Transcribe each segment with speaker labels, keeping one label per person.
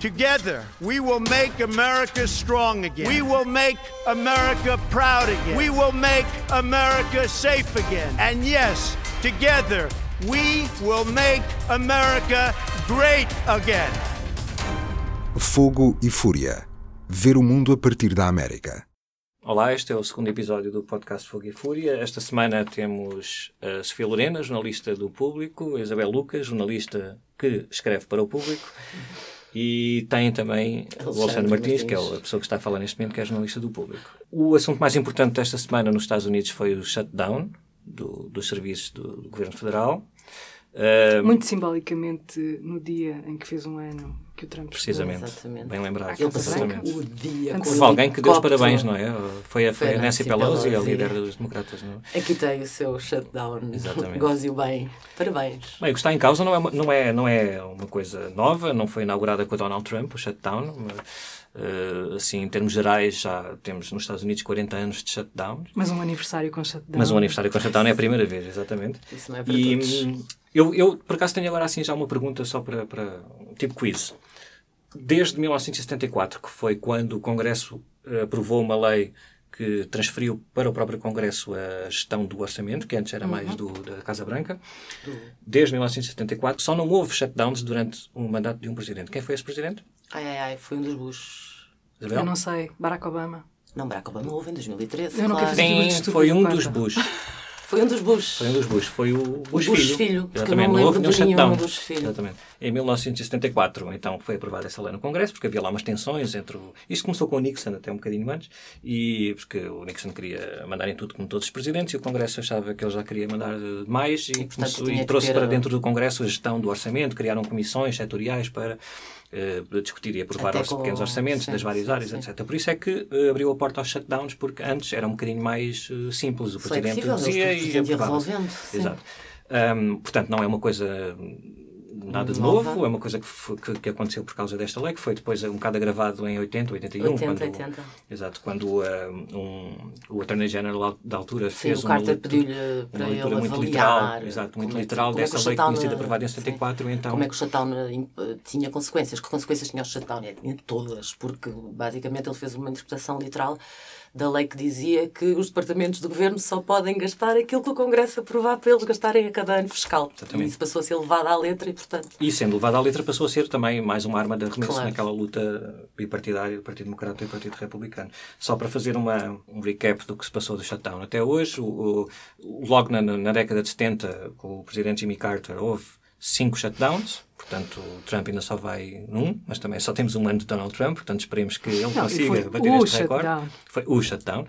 Speaker 1: Together, we will make America strong again. We will make America proud again. We will make America safe again. And yes, together, we will make America great again.
Speaker 2: Fogo e Fúria. Ver o mundo a partir da América.
Speaker 3: Olá, este é o segundo episódio do podcast Fogo e Fúria. Esta semana temos a Sofia Lorena, jornalista do Público, a Isabel Lucas, jornalista que escreve para o Público, e tem também o Alexandre Martins, que é a pessoa que está a falar neste momento, que é jornalista do Público. O assunto mais importante desta semana nos Estados Unidos foi o shutdown do, dos serviços do, do Governo Federal. Ah,
Speaker 4: Uh, Muito simbolicamente, no dia em que fez um ano que o Trump
Speaker 3: Precisamente.
Speaker 5: Exatamente.
Speaker 3: Bem lembrado.
Speaker 5: Ele passou o dia
Speaker 4: Antes
Speaker 3: Houve
Speaker 5: com
Speaker 4: do
Speaker 5: o
Speaker 3: alguém que deu os
Speaker 5: helicóptero.
Speaker 3: parabéns, não é? Foi a, foi a
Speaker 5: Foi a
Speaker 3: Nancy
Speaker 5: Nancy
Speaker 3: Pelosi, a
Speaker 5: Pelosi.
Speaker 3: líder dos democratas, não é?
Speaker 5: Aqui tem o seu shutdown.
Speaker 3: Exatamente.
Speaker 5: Goze-o bem. Parabéns.
Speaker 3: Bem, o que está em causa não é, uma- não, é, não é uma coisa nova, não foi inaugurada com a Donald Trump, o shutdown. mas, eh, assim, em termos gerais, já temos nos Estados Unidos 40 anos de shutdown.
Speaker 4: Mas um aniversário com shutdown.
Speaker 3: Mas um aniversário com shutdown é a primeira vez, exatamente.
Speaker 5: Isso não é para
Speaker 3: e,
Speaker 5: todos.
Speaker 3: hum, Eu, eu, por acaso, tenho agora assim já uma pergunta só para, para tipo quiz. Desde 1974, que foi quando o Congresso eh, aprovou uma lei que transferiu para o próprio Congresso a gestão do orçamento, que antes era mais do, da Casa Branca, desde 1974 só não houve shutdowns durante o mandato de um presidente. Quem foi esse presidente?
Speaker 5: Ai, ai, ai. Foi um dos Bush.
Speaker 3: Isabel?
Speaker 4: Eu não sei, Barack Obama.
Speaker 5: Não, Barack Obama houve em 2013.
Speaker 4: Eu não quero
Speaker 5: claro.
Speaker 4: fazer-
Speaker 3: Quem
Speaker 4: Muito estúpido,
Speaker 3: foi um
Speaker 4: conta.
Speaker 3: dos Bush.
Speaker 5: Foi um dos Bush.
Speaker 3: Foi um dos Bush, foi o Bush,
Speaker 5: Bush
Speaker 3: filho.
Speaker 5: filho, porque
Speaker 3: Exatamente,
Speaker 5: eu não
Speaker 3: não houve
Speaker 5: lembro
Speaker 3: nenhum
Speaker 5: de nenhum
Speaker 3: shutdown.
Speaker 5: Bush filho.
Speaker 3: Exatamente. Em 1974, então, foi aprovada essa lei no Congresso, porque havia lá umas tensões entre o... Isto começou com o Nixon, até um bocadinho antes, e porque o Nixon queria mandar em tudo como todos os presidentes, e o Congresso achava que ele já queria mandar eh, mais, e, começou-
Speaker 5: tinha
Speaker 3: e
Speaker 5: que
Speaker 3: trouxe
Speaker 5: ter
Speaker 3: para
Speaker 5: a-
Speaker 3: dentro do Congresso a gestão do orçamento, criaram comissões setoriais para... eh, discutir e aprovar
Speaker 5: Até
Speaker 3: os
Speaker 5: com-
Speaker 3: pequenos orçamentos
Speaker 5: sim,
Speaker 3: das várias
Speaker 5: sim,
Speaker 3: áreas,
Speaker 5: sim.
Speaker 3: etc. Por isso é que eh, abriu a porta aos shutdowns, porque antes era um bocadinho mais eh, simples. O
Speaker 5: Flexível,
Speaker 3: presidente
Speaker 5: eles
Speaker 3: dizia
Speaker 5: depois
Speaker 3: e
Speaker 5: iam
Speaker 3: aprovava.
Speaker 5: resolvendo, sim.
Speaker 3: é, Exato. Ahm, portanto, não é uma coisa hum, nada de
Speaker 5: Nova.
Speaker 3: novo, é uma coisa que, fo- que, que aconteceu por causa desta lei, que foi depois um bocado agravado em 80, 81.
Speaker 5: 80,
Speaker 3: quando,
Speaker 5: 80.
Speaker 3: Exato, quando ahm, um, o Attorney General al- da altura
Speaker 5: Sim,
Speaker 3: fez
Speaker 5: o Carter
Speaker 3: uma leitura-
Speaker 5: pediu-lhe para
Speaker 3: uma leitura
Speaker 5: ele
Speaker 3: muito
Speaker 5: avaliar
Speaker 3: literal, exato, muito
Speaker 5: como é que-
Speaker 3: literal
Speaker 5: como é que o
Speaker 3: dessa lei que tinha
Speaker 5: shutdown,
Speaker 3: sido aprovada em
Speaker 5: sim.
Speaker 3: 74, então...
Speaker 5: Como é que o shutdown eh, imp- eh, tinha consequências? Que consequências tinha o shutdown? É, tinha todas, porque basicamente ele fez uma interpretação literal da lei que dizia que os departamentos do governo só podem gastar aquilo que o Congresso aprovar para eles gastarem a cada ano fiscal.
Speaker 3: Exatamente.
Speaker 5: E isso passou a ser levado à letra e, portanto,
Speaker 3: E sendo levado à letra passou a ser também mais uma arma de arremesso
Speaker 5: Claro.
Speaker 3: naquela luta bipartidária do Partido Democrata e do Partido Republicano. Só para fazer uma, um recap do que se passou do shutdown até hoje, o, o- logo na, na década de 70, com o presidente Jimmy Carter, houve cinco shutdowns, portanto o Trump ainda só vai num, mas também só temos um ano de Donald Trump, portanto esperemos que ele
Speaker 4: e foi
Speaker 3: consiga bater
Speaker 4: o
Speaker 3: este recorde.
Speaker 4: shutdown.
Speaker 3: Foi o shutdown.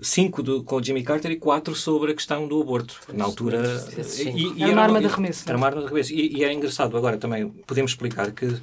Speaker 3: Cinco do, com o Jimmy Carter e quatro sobre a questão do aborto. que Na altura.
Speaker 5: esses
Speaker 3: e-
Speaker 5: cinco.
Speaker 3: e
Speaker 4: É uma
Speaker 3: era
Speaker 4: arma de arremesso, não é?
Speaker 3: Era uma arma de arremesso. E, e é engraçado, agora também podemos explicar que, at-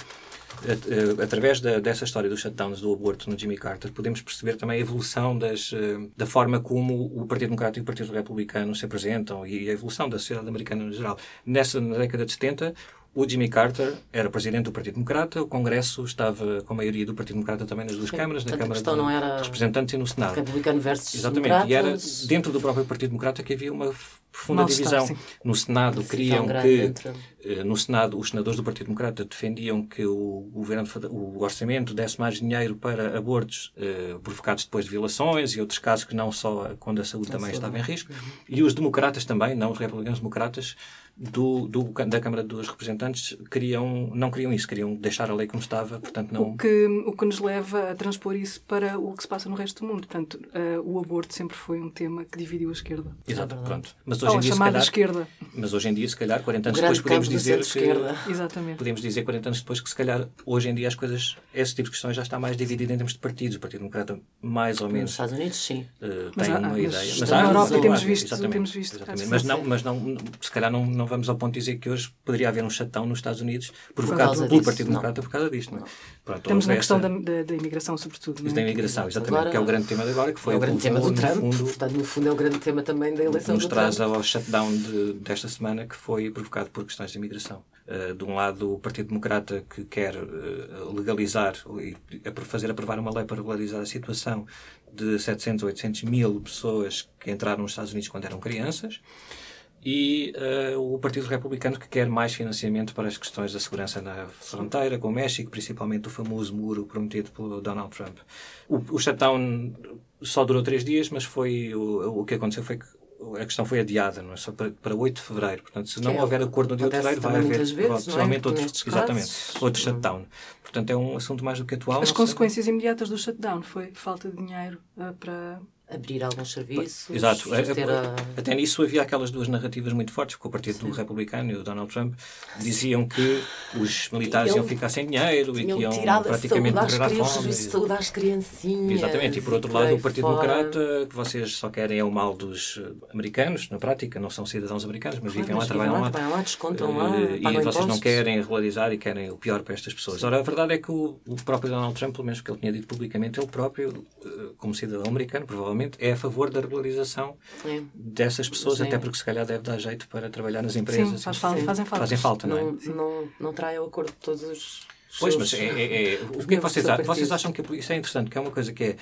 Speaker 3: eh, através da- dessa história dos shutdowns do aborto no Jimmy Carter, podemos perceber também a evolução das, eh, da forma como o Partido Democrático e o Partido Republicano se apresentam e a evolução da sociedade americana no geral. Nessa na década de 70, o Jimmy Carter era presidente do Partido Democrata, o Congresso estava com a maioria do Partido Democrata também nas duas câmaras, na
Speaker 5: portanto, a
Speaker 3: Câmara
Speaker 5: questão
Speaker 3: dos
Speaker 5: não era
Speaker 3: Representantes e no Senado.
Speaker 5: republicano versus
Speaker 3: Exatamente, e era
Speaker 5: democratas,
Speaker 3: dentro do próprio Partido Democrata que havia uma f- profunda
Speaker 4: Mal-estar,
Speaker 3: divisão.
Speaker 4: sim.
Speaker 3: No Senado
Speaker 5: Divisão
Speaker 3: queriam
Speaker 5: grande
Speaker 3: que,
Speaker 5: entre-
Speaker 3: eh, no Senado, os senadores do Partido Democrata defendiam que o, governo, fede- o orçamento desse mais dinheiro para abortos eh, provocados depois de violações e outros casos que não só quando a saúde também estava em risco.
Speaker 4: Uhum.
Speaker 3: E os democratas também, não os republicanos, os democratas do, do- da Câmara dos Representantes queriam, não queriam isso, queriam deixar a lei como estava, portanto não...
Speaker 4: O que, o que nos leva a transpor isso para o que se passa no resto do mundo. Portanto, eh, o aborto sempre foi um tema que dividiu a esquerda.
Speaker 3: Exato, pronto. Mas hoje
Speaker 4: Ah, Ou
Speaker 3: em
Speaker 4: a
Speaker 3: dia, se
Speaker 4: chamada
Speaker 3: calhar-
Speaker 4: esquerda.
Speaker 3: Mas hoje em dia, se calhar, 40
Speaker 5: o
Speaker 3: anos
Speaker 5: Um grande
Speaker 3: depois, podemos
Speaker 5: campo do
Speaker 3: dizer que.
Speaker 5: centro-esquerda.
Speaker 4: Exatamente.
Speaker 3: Podemos dizer 40 anos depois que, se calhar, hoje em dia as coisas, esse tipo de questões já está mais dividido em termos de partidos. O Partido Democrata, mais ou
Speaker 5: Nos
Speaker 3: menos,
Speaker 5: Estados Unidos, sim.
Speaker 3: eh,
Speaker 4: Mas
Speaker 3: tem
Speaker 4: há-
Speaker 3: uma
Speaker 4: mas
Speaker 3: ideia.
Speaker 4: na
Speaker 3: há-
Speaker 5: Europa
Speaker 3: claro,
Speaker 4: temos visto-
Speaker 3: exatamente,
Speaker 4: temos visto
Speaker 3: exatamente.
Speaker 4: casos
Speaker 3: Mas,
Speaker 4: assim.
Speaker 3: não, mas não, se calhar não, não vamos ao ponto de dizer que hoje poderia haver um shutdown nos Estados Unidos provocado
Speaker 5: causa
Speaker 3: pelo
Speaker 5: disso,
Speaker 3: Partido
Speaker 5: não.
Speaker 3: Democrata por causa disto. Não. é? Pronto,
Speaker 4: Estamos
Speaker 3: houve
Speaker 4: na questão
Speaker 3: essa-
Speaker 4: da, da, da imigração, sobretudo. não é?
Speaker 3: da imigração, exatamente,
Speaker 5: Agora-
Speaker 3: que é o grande tema de agora, que foi
Speaker 5: é o grande tema do
Speaker 3: no
Speaker 5: Trump.
Speaker 3: fundo,
Speaker 5: Portanto, no fundo, é o grande tema também da
Speaker 3: que
Speaker 5: eleição
Speaker 3: nos
Speaker 5: do Trump.
Speaker 3: traz ao shutdown de- desta semana que foi provocado por questões de imigração. Eh, de um lado, o Partido Democrata que quer eh, legalizar e apro- fazer aprovar uma lei para regularizar a situação de 700 ou 800 mil pessoas que entraram nos Estados Unidos quando eram crianças. e uh, o Partido Republicano que quer mais financiamento para as questões da segurança na fronteira com o México, principalmente o famoso muro prometido pelo Donald Trump. O, o shutdown só durou três dias, mas foi o, o que aconteceu foi que a questão foi adiada, não é? Só para, para 8 de fevereiro. Portanto, se não
Speaker 5: Que é,
Speaker 3: houver acordo no dia 8 de fevereiro,
Speaker 5: acontece
Speaker 3: vai
Speaker 5: também
Speaker 3: haver
Speaker 5: muitas vezes, não é?
Speaker 3: provavelmente
Speaker 5: Nestes
Speaker 3: outro, exatamente,
Speaker 5: casos.
Speaker 3: outro shutdown. Portanto, é um assunto mais do que atual.
Speaker 4: As
Speaker 3: não se-
Speaker 4: consequências imediatas do shutdown foi falta de dinheiro ah, para.
Speaker 5: Abrir alguns serviços.
Speaker 3: Exato. É, é,
Speaker 5: Ter a...
Speaker 3: Até nisso havia aquelas duas narrativas muito fortes, porque o Partido Republicano e o Donald Trump diziam que os militares
Speaker 5: Tinham-
Speaker 3: iam ficar sem dinheiro e que
Speaker 5: Tinham
Speaker 3: iam
Speaker 5: tirado
Speaker 3: é
Speaker 5: a saúde
Speaker 3: um praticamente
Speaker 5: às
Speaker 3: morrer à fome.
Speaker 5: crianças, saúde às criancinhas.
Speaker 3: Exatamente, e por outro
Speaker 5: por aí
Speaker 3: lado, o Partido
Speaker 5: fora.
Speaker 3: Democrata, que vocês só querem é o mal dos eh, americanos, na prática, não são cidadãos americanos, mas
Speaker 5: Claro,
Speaker 3: vivem lá,
Speaker 5: mas
Speaker 3: trabalham
Speaker 5: vivem lá,
Speaker 3: lá.
Speaker 5: trabalham lá, descontam lá,
Speaker 3: Eh,
Speaker 5: pagam
Speaker 3: E vocês não
Speaker 5: impostos.
Speaker 3: querem regularizar e querem o pior para estas pessoas. Ora, a verdade é que o, o próprio Donald Trump, pelo menos que ele tinha dito publicamente, ele próprio, eh, como cidadão americano, provavelmente, é a favor da regularização
Speaker 5: É.
Speaker 3: dessas pessoas,
Speaker 5: Sim.
Speaker 3: até porque se calhar deve dar jeito para trabalhar nas empresas.
Speaker 4: Sim, faz falta-
Speaker 3: Sim.
Speaker 4: fazem falta.
Speaker 3: Fazem falta, não é?
Speaker 5: Não, não, não trai o acordo de todos os.
Speaker 3: Pois,
Speaker 5: seus-
Speaker 3: mas é, é- é- o que é que
Speaker 5: membros
Speaker 3: vocês
Speaker 5: do
Speaker 3: acham? Vocês
Speaker 5: partido.
Speaker 3: acham que isso é interessante, que é uma coisa que é.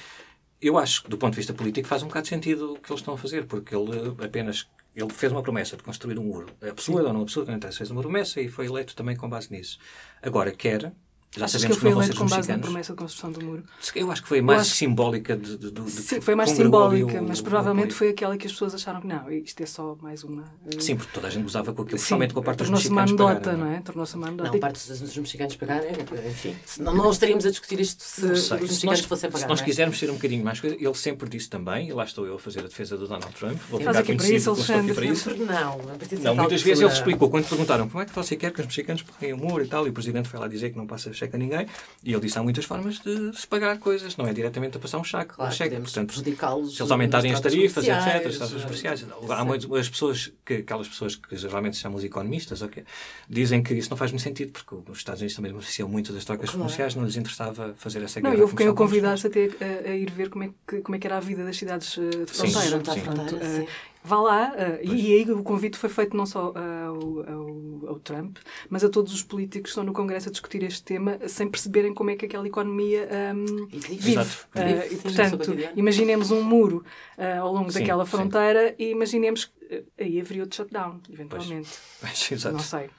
Speaker 3: Eu acho que, do ponto de vista político, faz um bocado de sentido o que eles estão a fazer, porque ele eh, apenas. Ele fez uma promessa de construir um muro. É absurdo ou não absurdo, não interessa. Fez uma promessa e foi eleito também com base nisso. Agora quer. Já
Speaker 4: Achas que
Speaker 3: sabemos que,
Speaker 4: ele foi
Speaker 3: não vão
Speaker 4: eleito
Speaker 3: ser
Speaker 4: com
Speaker 3: os
Speaker 4: base na
Speaker 3: mexicanos.
Speaker 4: promessa de construção do muro.
Speaker 3: Eu acho que foi mais
Speaker 4: acho-
Speaker 3: simbólica de, de, do-
Speaker 4: Sim,
Speaker 3: do-
Speaker 4: foi mais
Speaker 3: com Gregório
Speaker 4: simbólica, mas
Speaker 3: ou-
Speaker 4: provavelmente
Speaker 3: ou-
Speaker 4: foi aquela que as pessoas acharam que não, isto é só mais uma. eh,
Speaker 3: Sim, porque toda a gente gozava com aquilo,
Speaker 4: sim,
Speaker 3: principalmente com a parte dos
Speaker 4: Tornou-se uma
Speaker 3: mexicanos.
Speaker 4: anedota,
Speaker 3: pagarem,
Speaker 4: não
Speaker 3: é?
Speaker 4: é? Tornou-se uma anedota.
Speaker 5: Não, parte dos, dos mexicanos pagarem, enfim. Senão não estaríamos a discutir isto se
Speaker 3: Não
Speaker 5: os
Speaker 3: sei.
Speaker 5: mexicanos
Speaker 3: Se nós,
Speaker 5: fossem pagar.
Speaker 3: se nós
Speaker 5: não é?
Speaker 3: quisermos ser um bocadinho mais coisa, ele sempre disse também, e lá estou eu a fazer a defesa do Donald Trump, vou
Speaker 4: Estás
Speaker 3: ficar
Speaker 4: aqui para
Speaker 3: conhecido,
Speaker 4: isso,
Speaker 3: que eu estou aqui para
Speaker 4: Alexandre.
Speaker 3: isso.
Speaker 5: Sempre não. A partir de
Speaker 3: Não,
Speaker 5: certa
Speaker 3: muitas vezes
Speaker 5: altura-
Speaker 3: ele explicou, quando perguntaram como é que você quer que os mexicanos paguem o muro e tal, e o presidente foi lá dizer que não passa cheque a ninguém, e ele disse há muitas formas de se pagar coisas, não é diretamente a passar um cheque.
Speaker 5: Claro,
Speaker 3: um cheque.
Speaker 5: podemos
Speaker 3: Portanto,
Speaker 5: prejudicá-los
Speaker 3: se eles aumentarem
Speaker 5: nas
Speaker 3: as tarifas,
Speaker 5: tratas
Speaker 3: etc,
Speaker 5: comerciais,
Speaker 3: as taxas
Speaker 5: eh,
Speaker 3: comerciais. Há muitas as pessoas, que, aquelas pessoas que geralmente se chamam os economistas, ok, dizem que isso não faz muito sentido, porque os Estados Unidos também beneficiam muito das trocas comerciais, não lhes interessava fazer essa
Speaker 4: Não,
Speaker 3: guerra
Speaker 4: e houve
Speaker 3: comercial
Speaker 4: quem o
Speaker 3: com os
Speaker 4: convidasse até a, a ir ver como é, que, como é que era a vida das cidades eh, de
Speaker 3: Sim,
Speaker 4: fronteira.
Speaker 5: junto à fronteira,
Speaker 4: eh,
Speaker 5: sim.
Speaker 4: vá lá, eh, e aí o convite foi feito não só ao, ao- ao Trump, mas a todos os políticos que estão no Congresso a discutir este tema sem perceberem como é que aquela economia ehm,
Speaker 5: Existe.
Speaker 4: vive.
Speaker 3: Exato.
Speaker 5: Vive, sim,
Speaker 4: Eh, e,
Speaker 5: no seu
Speaker 4: portanto,
Speaker 5: cotidiano.
Speaker 4: imaginemos um muro eh, ao longo
Speaker 3: Sim,
Speaker 4: daquela
Speaker 3: sim.
Speaker 4: fronteira e imaginemos que eh, aí haveria outro shutdown, eventualmente.
Speaker 3: Pois, exato.
Speaker 4: Não sei.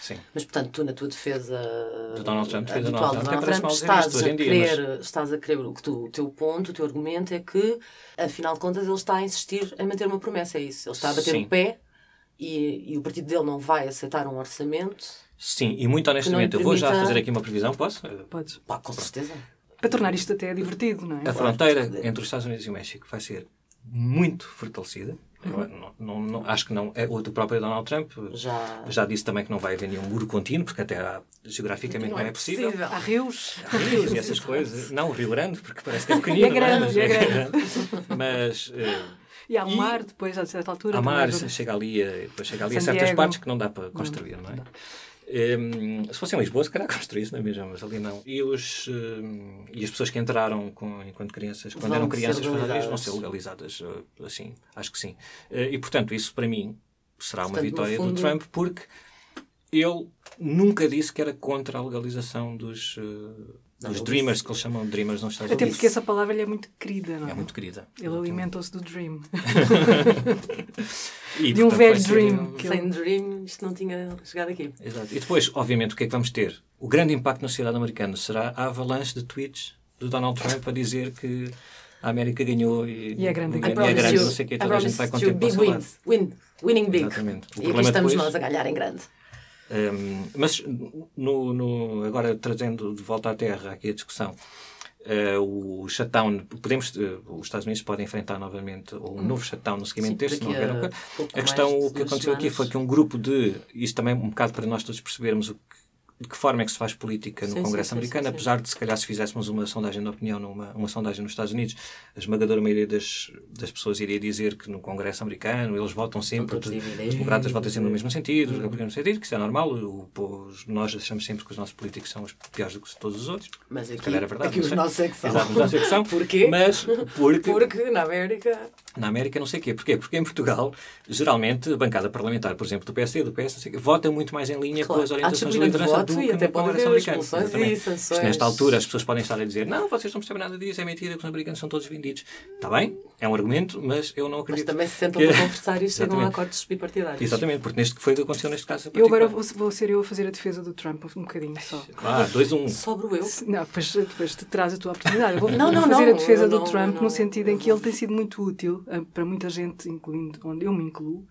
Speaker 3: Sim.
Speaker 5: Mas, portanto, tu, na tua defesa
Speaker 3: Do Donald Trump, então, defesa do Donald
Speaker 5: habitual do
Speaker 3: Trump,
Speaker 5: Donald
Speaker 3: parece
Speaker 5: Trump,
Speaker 3: mal dizer isto
Speaker 5: estás,
Speaker 3: hoje
Speaker 5: a
Speaker 3: em dia,
Speaker 5: querer, estás a querer. O, que tu, o teu ponto, o teu argumento é que, afinal de contas, ele está a insistir em manter uma promessa. É isso. Ele está a bater
Speaker 3: Sim.
Speaker 5: o pé e, e o partido dele não vai aceitar um orçamento.
Speaker 3: Sim, e muito honestamente,
Speaker 5: Que não
Speaker 3: eu vou já
Speaker 5: permita-
Speaker 3: fazer aqui uma previsão, posso?
Speaker 4: Podes.
Speaker 5: Pá, com certeza.
Speaker 4: Para tornar isto até divertido, não é?
Speaker 3: A fronteira entre os Estados Unidos e o México vai ser muito fortalecida.
Speaker 4: Uhum.
Speaker 3: Eu não- não- não- acho que não. É, o do próprio Donald Trump
Speaker 5: Já-
Speaker 3: disse também que não vai haver nenhum muro contínuo, porque até há- geograficamente não, é possível.
Speaker 4: Há rios.
Speaker 3: rios e essas coisas. Não, o Rio Grande, porque parece que é pequenino.
Speaker 4: É grande,
Speaker 3: mas
Speaker 4: é
Speaker 3: Mas eh,
Speaker 4: E há um
Speaker 3: E-
Speaker 4: mar depois, a certa altura.
Speaker 3: há
Speaker 4: também,
Speaker 3: mar,
Speaker 4: durante-
Speaker 3: chega ali, a- depois chega ali a
Speaker 4: San
Speaker 3: certas
Speaker 4: Diego.
Speaker 3: partes que não dá para construir, não, é? Hum, se fosse em Lisboa, se calhar construísse, não é mesmo? Mas ali não. E, os, hum, e as pessoas que entraram com, enquanto crianças, quando
Speaker 5: Vão
Speaker 3: eram
Speaker 5: ser
Speaker 3: crianças,
Speaker 5: legalizadas.
Speaker 3: fronteirias, vão ser legalizadas, eh, assim, acho que sim. Eh, E portanto, isso para mim será uma
Speaker 5: Portanto, no
Speaker 3: vitória do
Speaker 5: fundo-
Speaker 3: Trump, porque ele nunca disse que era contra a legalização dos, eh, dos
Speaker 5: ele
Speaker 3: dreamers, que eles chamam de dreamers nos Estados
Speaker 4: Até
Speaker 3: Unidos.
Speaker 4: porque essa palavra lhe é muito querida, não é?
Speaker 3: É muito querida.
Speaker 4: Ele alimentou-se do dream.
Speaker 3: E,
Speaker 4: De um
Speaker 3: portanto,
Speaker 4: velho
Speaker 3: vai ser,
Speaker 4: dream.
Speaker 3: eh,
Speaker 4: que
Speaker 5: Sem
Speaker 4: ele-
Speaker 5: dream, isto não tinha chegado aqui.
Speaker 3: Exato. E depois, obviamente, o que é que vamos ter? O grande impacto na sociedade americana será a avalanche de tweets do Donald Trump a dizer que a América ganhou e,
Speaker 4: E é grande.
Speaker 3: e
Speaker 4: I
Speaker 5: I
Speaker 3: é
Speaker 5: promise
Speaker 3: grande,
Speaker 5: you-
Speaker 3: não sei o que,
Speaker 5: I
Speaker 3: toda a gente vai
Speaker 5: promise you
Speaker 3: conter para o
Speaker 5: big
Speaker 3: seu lado.
Speaker 5: wins. Win. Winning big.
Speaker 3: Exatamente. O
Speaker 5: E
Speaker 3: problema é
Speaker 5: aqui estamos
Speaker 3: depois-
Speaker 5: nós a ganhar em grande.
Speaker 3: Um, mas no, no- agora trazendo de volta à terra aqui a discussão, eh, o shutdown, podemos, eh, os Estados Unidos podem enfrentar novamente um novo shutdown no seguimento
Speaker 5: Hum. Sim,
Speaker 3: deste, se não
Speaker 5: daqui a
Speaker 3: houver um acordo.
Speaker 5: pouco
Speaker 3: A questão,
Speaker 5: mais de
Speaker 3: o que
Speaker 5: duas
Speaker 3: aconteceu aqui
Speaker 5: semanas.
Speaker 3: foi que um grupo de, isto também um bocado para nós todos percebermos o que- de que forma é que se faz política no
Speaker 5: Sim, sim,
Speaker 3: Congresso
Speaker 5: sim,
Speaker 3: americano,
Speaker 5: sim, sim.
Speaker 3: apesar de se calhar se fizéssemos uma sondagem de opinião, numa, uma sondagem nos Estados Unidos, a esmagadora maioria das, das pessoas iria dizer que no Congresso americano eles votam sempre,
Speaker 5: todos divididos.
Speaker 3: os democratas votam sempre no mesmo sentido,
Speaker 5: Uhum.
Speaker 3: os republicanos no sentido, que isso é normal, o, po- os- nós achamos sempre que os nossos políticos são os piores do que todos os outros.
Speaker 5: Mas
Speaker 3: Se
Speaker 5: aqui,
Speaker 3: calhar é verdade,
Speaker 5: aqui
Speaker 3: não
Speaker 5: os
Speaker 3: sei.
Speaker 5: nossos é que são.
Speaker 3: Exato, os nossos é que são.
Speaker 5: Porquê?
Speaker 3: Mas porque,
Speaker 5: Porque na América
Speaker 3: na América não sei o quê. Porquê? Porque em Portugal, geralmente, a bancada parlamentar, por exemplo, do PSD, do PS, não sei o quê, vota muito mais em linha
Speaker 5: Claro.
Speaker 3: com as
Speaker 5: Há
Speaker 3: orientações da
Speaker 5: disciplina de
Speaker 3: liderança
Speaker 5: voto, direito e até pode haver expulsões e sanções.
Speaker 3: Isto, Nesta altura, as pessoas podem estar a dizer: não, vocês não percebem nada disso, é mentira que os americanos são todos vendidos. Está bem, é um argumento, mas eu não
Speaker 5: Mas
Speaker 3: acredito.
Speaker 5: também se sentam
Speaker 3: que-
Speaker 5: para conversar e chegam a
Speaker 3: Exatamente.
Speaker 5: acordos bipartidários.
Speaker 3: Exatamente, porque neste foi o que aconteceu neste caso.
Speaker 4: Eu agora
Speaker 3: particular.
Speaker 4: vou, vou ser eu a fazer a defesa do Trump um bocadinho só.
Speaker 3: Ah, 2-1. Um.
Speaker 5: Sobre eu.
Speaker 4: Se- Não, depois, depois te traz a tua oportunidade. Eu vou
Speaker 5: Não, não,
Speaker 4: vou fazer
Speaker 5: não,
Speaker 4: a defesa
Speaker 5: eu
Speaker 4: do
Speaker 5: não-
Speaker 4: Trump
Speaker 5: não-
Speaker 4: no sentido em que ele tem sido muito útil ah, para muita gente, incluindo onde eu me incluo,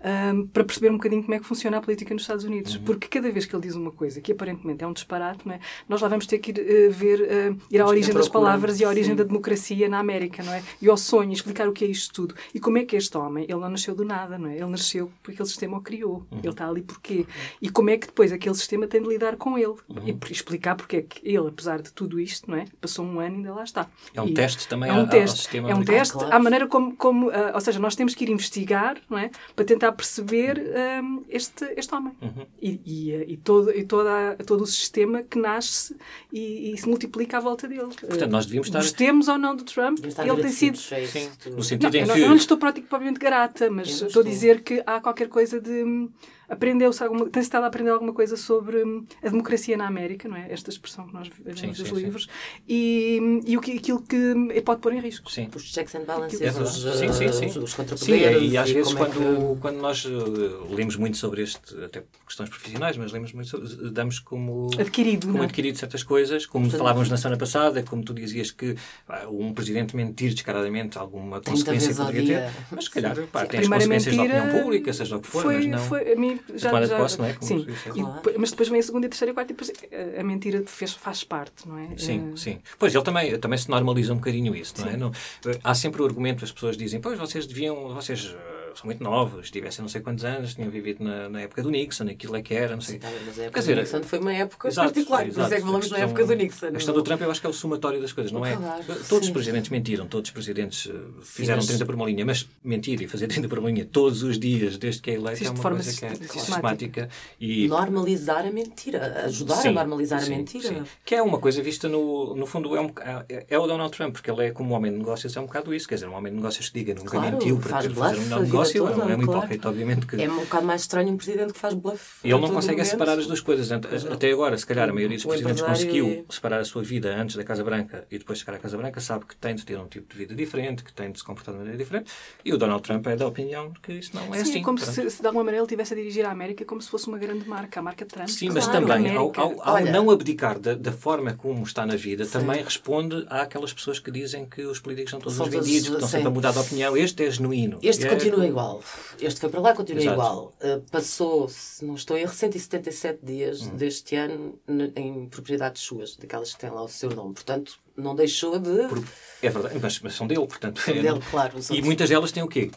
Speaker 4: ah, para perceber um bocadinho como é que funciona a política nos Estados Unidos.
Speaker 5: Uhum.
Speaker 4: Porque cada vez que ele diz uma coisa que aparentemente é um disparate, não é? nós lá vamos ter que ir ah, ver, ah, ir à
Speaker 5: Vamos ter
Speaker 4: origem das
Speaker 5: procura,
Speaker 4: palavras e à origem
Speaker 5: sim.
Speaker 4: da democracia na América, não é? E ao sonho, explicar o que é isto tudo. E como é que este homem, ele não nasceu do nada, não é? Ele nasceu porque aquele sistema o criou.
Speaker 5: Uhum.
Speaker 4: Ele está ali porquê. E como é que depois aquele sistema tem de lidar com ele. E
Speaker 5: Uhum.
Speaker 4: por- explicar porque é que ele, apesar de tudo isto, não é? Passou um ano e ainda lá está.
Speaker 3: É um
Speaker 4: E-
Speaker 3: teste também
Speaker 4: é
Speaker 3: ao-
Speaker 4: um
Speaker 3: ao
Speaker 4: teste,
Speaker 3: sistema
Speaker 4: É um
Speaker 3: americano.
Speaker 4: teste
Speaker 5: Ah, claro.
Speaker 4: à maneira como... como ah, ou seja, nós temos que ir investigar, não é? Para tentar perceber ah, este, este homem.
Speaker 3: Uhum.
Speaker 4: E, e, ah, e todo, e toda, a- todo o sistema que nasce e, e se multiplica à volta dele. Eh,
Speaker 3: Portanto, nós devíamos estar.
Speaker 4: Gostemos ou não do Trump,
Speaker 5: Devemos estar
Speaker 4: ele tem sido.
Speaker 5: agradecidos a isso
Speaker 3: Sim,
Speaker 5: tudo.
Speaker 3: no
Speaker 4: Não,
Speaker 3: sentido
Speaker 4: eu,
Speaker 3: em
Speaker 4: não, eu não lhe
Speaker 3: que.
Speaker 4: estou prati- propriamente grata, mas
Speaker 5: Eu
Speaker 4: estou,
Speaker 5: não estou.
Speaker 4: dizer que há qualquer coisa de. hum, Aprendeu-se alguma. Tem-se estado a aprender alguma coisa sobre hum, a democracia na América, não é? Esta expressão que nós vemos
Speaker 3: Sim,
Speaker 4: nos
Speaker 3: sim, sim.
Speaker 4: livros. E, hum, e o que, aquilo que hum, pode pôr em risco.
Speaker 3: Sim.
Speaker 5: Os checks and balances,
Speaker 3: É verdade.
Speaker 5: os, eh,
Speaker 3: sim, sim, sim.
Speaker 5: os
Speaker 3: Sim,
Speaker 5: contrapoderes.
Speaker 3: e às vezes
Speaker 5: como é que-
Speaker 3: quando, quando nós eh, lemos muito sobre este, até por questões profissionais, mas lemos muito, sobre- damos como
Speaker 4: Adquirido,
Speaker 3: como
Speaker 4: não é?
Speaker 3: adquirido certas coisas, como falávamos na semana passada, como tu dizias que ah, um presidente mentir descaradamente alguma consequência
Speaker 5: vezes ao
Speaker 3: poderia ter,
Speaker 5: dia.
Speaker 3: mas se calhar pá,
Speaker 4: A
Speaker 3: tem as consequências da opinião pública, seja o que for,
Speaker 4: eh, foi,
Speaker 3: mas não.
Speaker 4: foi- a mim já,
Speaker 3: tomada de
Speaker 4: já,
Speaker 3: posse, não é? Como
Speaker 4: sim.
Speaker 3: se disse.
Speaker 4: E
Speaker 5: Claro.
Speaker 4: depois- mas depois vem a segunda, a terceira, a quarta e depois eh, a mentira fez, faz parte, não é?
Speaker 3: Sim,
Speaker 4: Eh,
Speaker 3: sim. Pois ele também, também se normaliza um bocadinho isso, não é? Não, eh, há sempre o argumento, as pessoas dizem, pois vocês deviam, vocês eh, são muito novos, tivessem não sei quantos anos, tinham vivido na, na época do Nixon, aquilo é que era, não sei.
Speaker 5: Tá bem, mas a
Speaker 3: Quer
Speaker 5: época
Speaker 3: dizer,
Speaker 5: do Nixon foi uma época
Speaker 3: Exato,
Speaker 5: particular, por isso
Speaker 3: exato.
Speaker 5: é que falamos
Speaker 3: A
Speaker 5: na
Speaker 3: questão-
Speaker 5: época do Nixon.
Speaker 3: A
Speaker 5: não
Speaker 3: questão
Speaker 5: é?
Speaker 3: do Trump eu acho que é o somatório das coisas, não é?
Speaker 5: Claro,
Speaker 3: Todos os
Speaker 5: sim.
Speaker 3: presidentes mentiram, todos os presidentes eh, fizeram
Speaker 5: mas-
Speaker 3: 30 por uma linha, mas mentir e fazer 30 por uma linha todos os dias desde que é eleito é
Speaker 4: Existe
Speaker 3: uma
Speaker 4: de forma
Speaker 3: coisa que é
Speaker 4: sistemática.
Speaker 3: sistemática e
Speaker 5: Normalizar a mentira, ajudar
Speaker 3: Sim,
Speaker 5: a normalizar
Speaker 3: sim,
Speaker 5: a mentira.
Speaker 3: sim. Que é uma coisa vista no. No fundo, é, um, boca- é- é o Donald Trump, porque ele é como um homem de negócios, é um bocado isso. Quer dizer, um homem de negócios que diga nunca
Speaker 5: Claro,
Speaker 3: mentiu para
Speaker 5: faz
Speaker 3: ter de fazer um
Speaker 5: bluff
Speaker 3: melhor
Speaker 5: a vida
Speaker 3: negócio, é um-
Speaker 5: toda,
Speaker 3: é um
Speaker 5: claro.
Speaker 3: hipócrita, obviamente. Que,
Speaker 5: É um bocado mais estranho um presidente que faz bluff.
Speaker 3: e ele
Speaker 5: a
Speaker 3: não
Speaker 5: todo
Speaker 3: consegue é
Speaker 5: momento.
Speaker 3: separar as duas coisas. Ante- Até agora, se calhar, a maioria dos
Speaker 5: O
Speaker 3: presidentes
Speaker 5: empresário é-
Speaker 3: conseguiu
Speaker 5: e-
Speaker 3: separar a sua vida antes da Casa Branca e depois de chegar à Casa Branca, sabe que tem de ter um tipo de vida diferente, que tem de se comportar de maneira diferente. E o Donald Trump é da opinião que isso não é
Speaker 4: Sim,
Speaker 3: assim.
Speaker 4: é como
Speaker 3: Portanto,
Speaker 4: se, se de alguma maneira ele estivesse a dirigir a América como se fosse uma grande marca, a marca Trump.
Speaker 3: Sim, mas
Speaker 5: Claro,
Speaker 3: também ao,
Speaker 4: América.
Speaker 3: ao- ao
Speaker 5: Olha.
Speaker 3: não abdicar da, da forma como está na vida, também responde àquelas pessoas que dizem que os políticos são todos
Speaker 5: São
Speaker 3: os
Speaker 5: todos-
Speaker 3: vendidos, que estão
Speaker 5: sim.
Speaker 3: sempre a mudar de opinião. Este é genuíno.
Speaker 5: Este
Speaker 3: É-
Speaker 5: continua igual. Este foi para lá, continua
Speaker 3: Exato.
Speaker 5: igual. Uh, passou, se não estou em recente, 177 dias
Speaker 3: Hum.
Speaker 5: deste ano n- em propriedades suas, daquelas que têm lá o seu nome. Portanto, não deixou de.
Speaker 3: Por- É verdade, mas, mas são dele, portanto. é,
Speaker 5: dele,
Speaker 3: não-
Speaker 5: claro, os
Speaker 3: E
Speaker 5: outros-
Speaker 3: muitas delas têm o quê?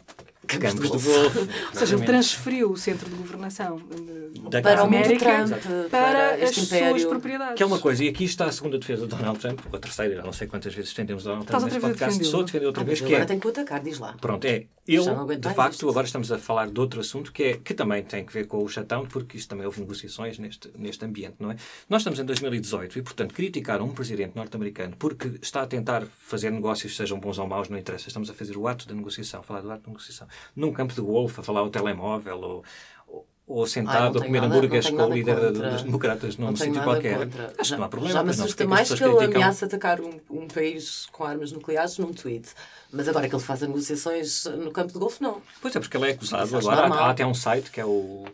Speaker 5: Campos de
Speaker 3: Campos de
Speaker 5: golfe. um
Speaker 3: golfe.
Speaker 4: Ou seja, ele
Speaker 3: exatamente.
Speaker 4: transferiu o centro de governação eh,
Speaker 3: Da
Speaker 5: Para
Speaker 3: Casa
Speaker 5: o mundo
Speaker 3: Branca.
Speaker 5: Trump,
Speaker 3: Exato.
Speaker 5: para,
Speaker 4: para as
Speaker 5: este
Speaker 4: suas
Speaker 5: império.
Speaker 4: propriedades.
Speaker 3: Que é uma coisa, e aqui está a segunda defesa do Donald Trump, ou a terceira, já não sei quantas vezes defendemos o Donald Trump
Speaker 4: Estás
Speaker 3: neste
Speaker 4: outra vez a
Speaker 3: podcast,
Speaker 4: defendê-lo.
Speaker 3: sou a defender outra
Speaker 5: Ah,
Speaker 3: vez,
Speaker 5: mas
Speaker 3: que
Speaker 5: agora
Speaker 3: é
Speaker 5: tem que o atacar, diz lá.
Speaker 3: Pronto, é. Ele,
Speaker 5: Já não aguento
Speaker 3: de
Speaker 5: mais
Speaker 3: facto,
Speaker 5: isto.
Speaker 3: agora estamos a falar de outro assunto que, é, que também tem que ver com o shutdown, porque isto também houve negociações neste, neste ambiente, não é? Nós estamos em 2018 e, portanto, criticar um presidente norte-americano porque está a tentar fazer negócios, sejam bons ou maus, não interessa. Estamos a fazer o ato da negociação, a falar do ato da negociação, num campo de golfe, a falar ao telemóvel ou. ou ou
Speaker 5: Ai, não
Speaker 3: sentado a
Speaker 5: tenho
Speaker 3: comer
Speaker 5: nada-
Speaker 3: hambúrgueres
Speaker 5: não
Speaker 3: com
Speaker 5: tenho
Speaker 3: o
Speaker 5: nada
Speaker 3: líder
Speaker 5: contra.
Speaker 3: dos democratas num
Speaker 5: não tenho
Speaker 3: sítio
Speaker 5: nada
Speaker 3: qualquer.
Speaker 5: contra.
Speaker 3: Acho que não há problema.
Speaker 5: Já me
Speaker 3: mas não,
Speaker 5: assusta
Speaker 3: porque é
Speaker 5: mais
Speaker 3: as
Speaker 5: que
Speaker 3: pessoas
Speaker 5: ele
Speaker 3: criticam-
Speaker 5: ameaça atacar um, um país com armas nucleares num tweet. Mas agora que ele faz as negociações no campo de golfe, não.
Speaker 3: Pois é, porque ele é acusado
Speaker 5: Isso acho
Speaker 3: agora.
Speaker 5: normal.
Speaker 3: Há, há até um site que é o.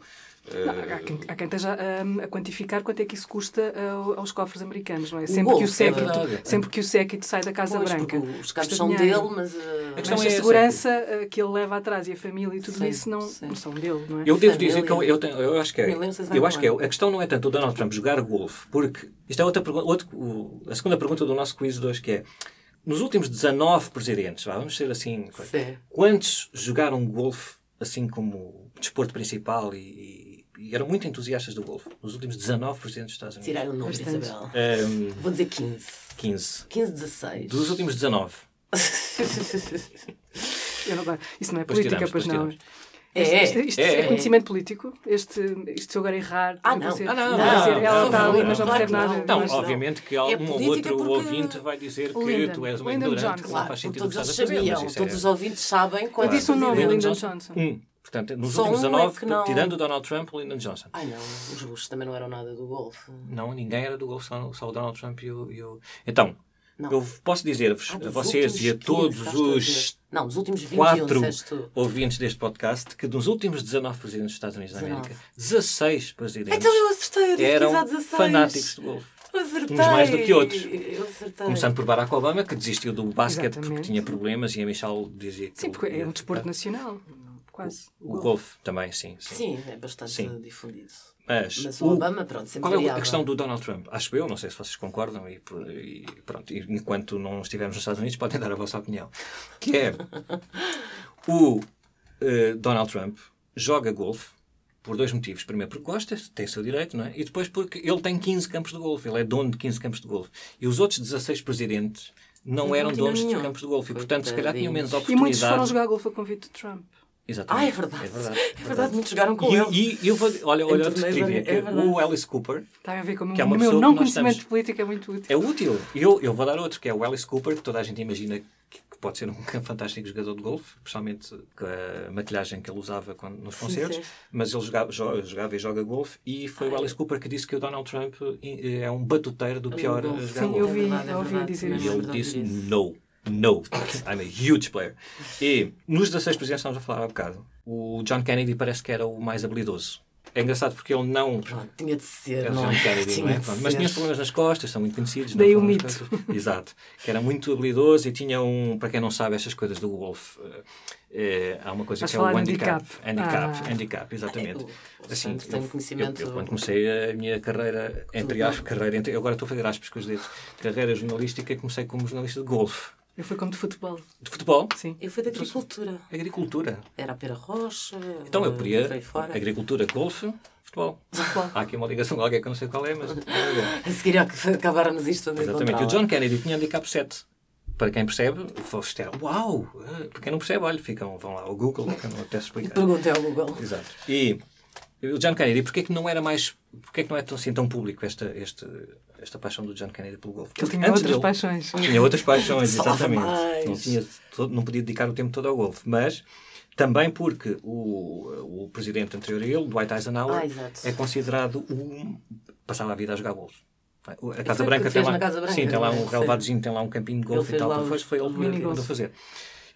Speaker 3: eh,
Speaker 4: Há quem, há quem esteja hum, a quantificar quanto é que isso custa ao- aos cofres americanos, não é?
Speaker 5: O
Speaker 4: Sempre, que,
Speaker 5: golpe,
Speaker 4: o
Speaker 5: é
Speaker 4: séquito,
Speaker 3: verdade.
Speaker 4: sempre que o séquito sai da Casa
Speaker 5: Pois,
Speaker 4: Branca.
Speaker 5: porque os carros
Speaker 4: Custa
Speaker 5: são
Speaker 4: dinheiro.
Speaker 5: dele, mas. eh,
Speaker 3: questão
Speaker 4: Mas
Speaker 3: é
Speaker 4: a
Speaker 3: essa,
Speaker 4: segurança eh, que ele leva atrás e a família e tudo
Speaker 5: Sim,
Speaker 4: isso não,
Speaker 5: sim.
Speaker 4: não são dele, não é?
Speaker 3: Eu devo
Speaker 5: Família.
Speaker 3: dizer que eu, eu, tenho- eu acho que é.
Speaker 5: Família, não sei se vai
Speaker 3: Eu acho que é.
Speaker 5: falar.
Speaker 3: A questão não é tanto o Donald Trump jogar golfe, porque isto é outra pergunta. outro- o- a segunda pergunta do nosso quiz de hoje que é. Nos últimos 19 presidentes, vá, vamos ser assim, coisa,
Speaker 5: Sim.
Speaker 3: quantos jogaram golfe assim como desporto principal e, e- e eram muito entusiastas do golfe? Nos últimos 19 presidentes dos Estados Unidos?
Speaker 5: Tirar o nome,
Speaker 4: Bastante.
Speaker 5: Isabel.
Speaker 3: Ahm,
Speaker 5: Vou dizer 15.
Speaker 3: 15.
Speaker 5: 15, 16.
Speaker 3: Ehm, Dos últimos 19.
Speaker 4: Eu não- isso não é
Speaker 3: Depois
Speaker 4: política,
Speaker 3: tiramos,
Speaker 4: pois
Speaker 3: depois
Speaker 4: não.
Speaker 3: tiramos.
Speaker 5: É,
Speaker 4: Isto-
Speaker 5: é.
Speaker 4: isto isto
Speaker 3: É,
Speaker 4: é,
Speaker 3: é.
Speaker 4: conhecimento político? Este, isto se eu agora errar,
Speaker 5: Ah,
Speaker 4: eu vou
Speaker 5: não.
Speaker 4: ser-
Speaker 5: Ah,
Speaker 3: não,
Speaker 4: eu vou
Speaker 3: não,
Speaker 4: ser, ela
Speaker 3: não,
Speaker 4: está tá ali,
Speaker 3: não,
Speaker 4: mas não
Speaker 3: claro
Speaker 4: percebe
Speaker 3: que
Speaker 4: nada.
Speaker 5: não.
Speaker 3: Não,
Speaker 5: Mas não.
Speaker 3: obviamente que
Speaker 5: É
Speaker 3: algum ou
Speaker 5: política
Speaker 3: outro
Speaker 5: porque-
Speaker 3: ouvinte vai dizer que
Speaker 4: Lyndon-
Speaker 3: tu és um
Speaker 4: Lyndon
Speaker 3: ignorante,
Speaker 4: Johnson.
Speaker 3: que não
Speaker 5: Claro,
Speaker 3: faz sentido
Speaker 5: porque
Speaker 3: o
Speaker 5: todos
Speaker 3: que
Speaker 5: eles
Speaker 3: estás a fazer.
Speaker 5: sabiam,
Speaker 3: mas isso é-
Speaker 5: todos os ouvintes sabem quando
Speaker 4: disse o nome,
Speaker 5: decidiram.
Speaker 4: Lyndon Johnson.
Speaker 3: Um. Portanto, nos
Speaker 5: Só
Speaker 3: últimos
Speaker 5: um é
Speaker 3: 19,
Speaker 5: que não-
Speaker 3: tirando o Donald Trump e o Lyndon Johnson.
Speaker 5: Ai não, os russos também não eram nada do golfe.
Speaker 3: Não, ninguém era do Golfo, só, só o Donald Trump e o. e o- Então,
Speaker 5: Não.
Speaker 3: eu posso dizer-vos,
Speaker 5: Ah,
Speaker 3: a
Speaker 5: dos
Speaker 3: vocês e a
Speaker 5: últimos 15,
Speaker 3: todos
Speaker 5: estás tu a
Speaker 3: os
Speaker 5: dizer. Não, dos últimos 21,
Speaker 3: quatro
Speaker 5: disseste tu.
Speaker 3: ouvintes deste podcast que dos últimos 19 presidentes dos Estados Unidos da
Speaker 5: 19.
Speaker 3: América, 16 presidentes
Speaker 5: Então eu acertei, eu disse
Speaker 3: eram
Speaker 5: 15 a 16.
Speaker 3: fanáticos do golfe.
Speaker 5: Eu acertei.
Speaker 3: Uns mais do que outros.
Speaker 5: Eu acertei.
Speaker 3: Começando por Barack Obama, que desistiu do basquete porque
Speaker 4: Exatamente.
Speaker 3: tinha problemas e a Michelle dizia que.
Speaker 4: Sim, porque é
Speaker 3: ia
Speaker 4: um desporto
Speaker 3: ficar.
Speaker 4: nacional. Quase.
Speaker 3: O golfe também, sim. sim.
Speaker 5: Sim, é bastante
Speaker 3: Sim.
Speaker 5: difundido.
Speaker 3: Mas,
Speaker 5: Mas o Obama, pronto, sempre
Speaker 3: Qual é a
Speaker 5: variava.
Speaker 3: questão do Donald Trump? Acho eu, não sei se vocês concordam, e, por- e pronto, e enquanto não estivermos nos Estados Unidos, podem dar a vossa opinião. Que é o eh, Donald Trump joga golfe por dois motivos. Primeiro, porque gosta, tem o seu direito, não é? E depois, porque ele tem 15 campos de golfe, ele é dono de 15 campos de golfe. E os outros 16 presidentes não,
Speaker 5: Não
Speaker 3: eram
Speaker 5: tinham
Speaker 3: donos
Speaker 5: nenhum.
Speaker 3: de campos de golfe. E, portanto, se calhar tinham menos
Speaker 4: E
Speaker 3: oportunidade.
Speaker 4: muitos foram jogar golfe a convite de Trump.
Speaker 3: Exatamente.
Speaker 5: Ah, é verdade. É verdade,
Speaker 3: é verdade.
Speaker 5: muitos jogaram com
Speaker 3: E,
Speaker 5: ele.
Speaker 3: e eu vou. Olha, olha outro
Speaker 5: torneios
Speaker 3: trivia.
Speaker 5: é
Speaker 3: que
Speaker 5: verdade.
Speaker 3: o Alice Cooper
Speaker 4: Está a ver como
Speaker 3: Que é
Speaker 4: o
Speaker 3: uma
Speaker 4: meu
Speaker 3: pessoa
Speaker 4: não
Speaker 3: que nós
Speaker 4: conhecimento
Speaker 3: estamos-
Speaker 4: de política é muito útil.
Speaker 3: é útil. Eu, eu vou dar outro, que é o Alice Cooper, que toda a gente imagina que que pode ser um fantástico jogador de golfe, principalmente com a maquilhagem que ele usava quando- nos concertos,
Speaker 5: sim.
Speaker 3: mas ele jogava, jo- jogava e joga golfe, e foi o Alice Cooper que disse que o Donald Trump eh, é um batuteiro do pior a
Speaker 5: golfe.
Speaker 3: jogar
Speaker 4: Sim,
Speaker 3: golfe.
Speaker 4: eu vi,
Speaker 5: É verdade, é
Speaker 4: eu ouvi
Speaker 5: verdade,
Speaker 4: dizer
Speaker 5: também
Speaker 3: E
Speaker 4: isso.
Speaker 5: me
Speaker 3: ele
Speaker 5: lembro
Speaker 3: disse
Speaker 5: disso.
Speaker 3: no, no, I'm a huge player. E nos 16 presidentes que estamos a falar há bocado, o John Kennedy parece que era o mais habilidoso. É engraçado porque ele não.
Speaker 5: Pronto, tinha de ser,
Speaker 3: Era
Speaker 5: não
Speaker 3: John
Speaker 5: é?
Speaker 3: Kennedy, não é?
Speaker 5: Tinha de
Speaker 3: Pronto, Mas
Speaker 5: ser.
Speaker 3: tinha os problemas nas costas, são muito conhecidos. não
Speaker 4: Daí
Speaker 3: é?
Speaker 4: o
Speaker 3: Problemas nas
Speaker 4: mito.
Speaker 3: costas. Exato. Que era muito habilidoso e tinha um, para quem não sabe estas coisas do golfe, eh, eh, há uma coisa
Speaker 4: Vais
Speaker 3: que é o
Speaker 4: falar de
Speaker 3: handicap.
Speaker 4: handicap.
Speaker 3: Handicap,
Speaker 4: Ah.
Speaker 3: handicap, exatamente. Assim,
Speaker 5: Ah, eu- portanto, tenho conhecimento-
Speaker 3: Eu, eu, quando comecei a minha carreira, entre aspas, carreira, entre, eu agora estou a fazer aspas com os dedos, carreira jornalística, comecei como jornalista de golfe.
Speaker 4: Eu fui como de futebol,
Speaker 3: De futebol?
Speaker 4: sim.
Speaker 5: Eu fui da agricultura.
Speaker 3: Agricultura.
Speaker 5: Era a pera rocha.
Speaker 3: Então eu podia
Speaker 5: eh, Hum, por aí fora.
Speaker 3: agricultura, golfe, futebol.
Speaker 4: Futebol.
Speaker 3: Há aqui uma ligação qualquer que eu não sei qual é, mas.
Speaker 5: A seguir ao que acabarmos isto onde
Speaker 3: Exatamente. E o John Kennedy tinha handicap 7. Para quem percebe, fosse ter, uau! eh, Para quem não percebe, olha, ficam, vão lá ao Google, que eu não até explicar.
Speaker 5: Pergunta ao Google.
Speaker 3: Exato. E o John Kennedy, porquê que não era mais. Porquê que não é tão, assim tão público esta, este, esta paixão do John Kennedy pelo golfe?
Speaker 4: Que ele tinha
Speaker 3: Antes
Speaker 4: outras
Speaker 3: dele-
Speaker 4: paixões.
Speaker 3: tinha é outras paixões,
Speaker 5: Falava
Speaker 3: exatamente.
Speaker 5: mais.
Speaker 3: Não, tinha todo- não podia dedicar o tempo todo ao golfe. Mas também porque o, o presidente anterior a ele, Dwight Eisenhower,
Speaker 5: Ah, exato.
Speaker 3: é considerado um. passava a vida a jogar golfe. A
Speaker 5: foi
Speaker 3: Casa
Speaker 5: o que
Speaker 3: Branca, tem
Speaker 5: fez
Speaker 3: lá,
Speaker 5: na Casa Branca,
Speaker 3: sim, tem lá
Speaker 5: não é?
Speaker 3: um relevadozinho, tem lá um campinho de golfe e
Speaker 5: fez
Speaker 3: tal.
Speaker 5: lá
Speaker 3: Então
Speaker 5: os-
Speaker 3: foi, foi ele que
Speaker 5: mini-golfes.
Speaker 3: mandou fazer.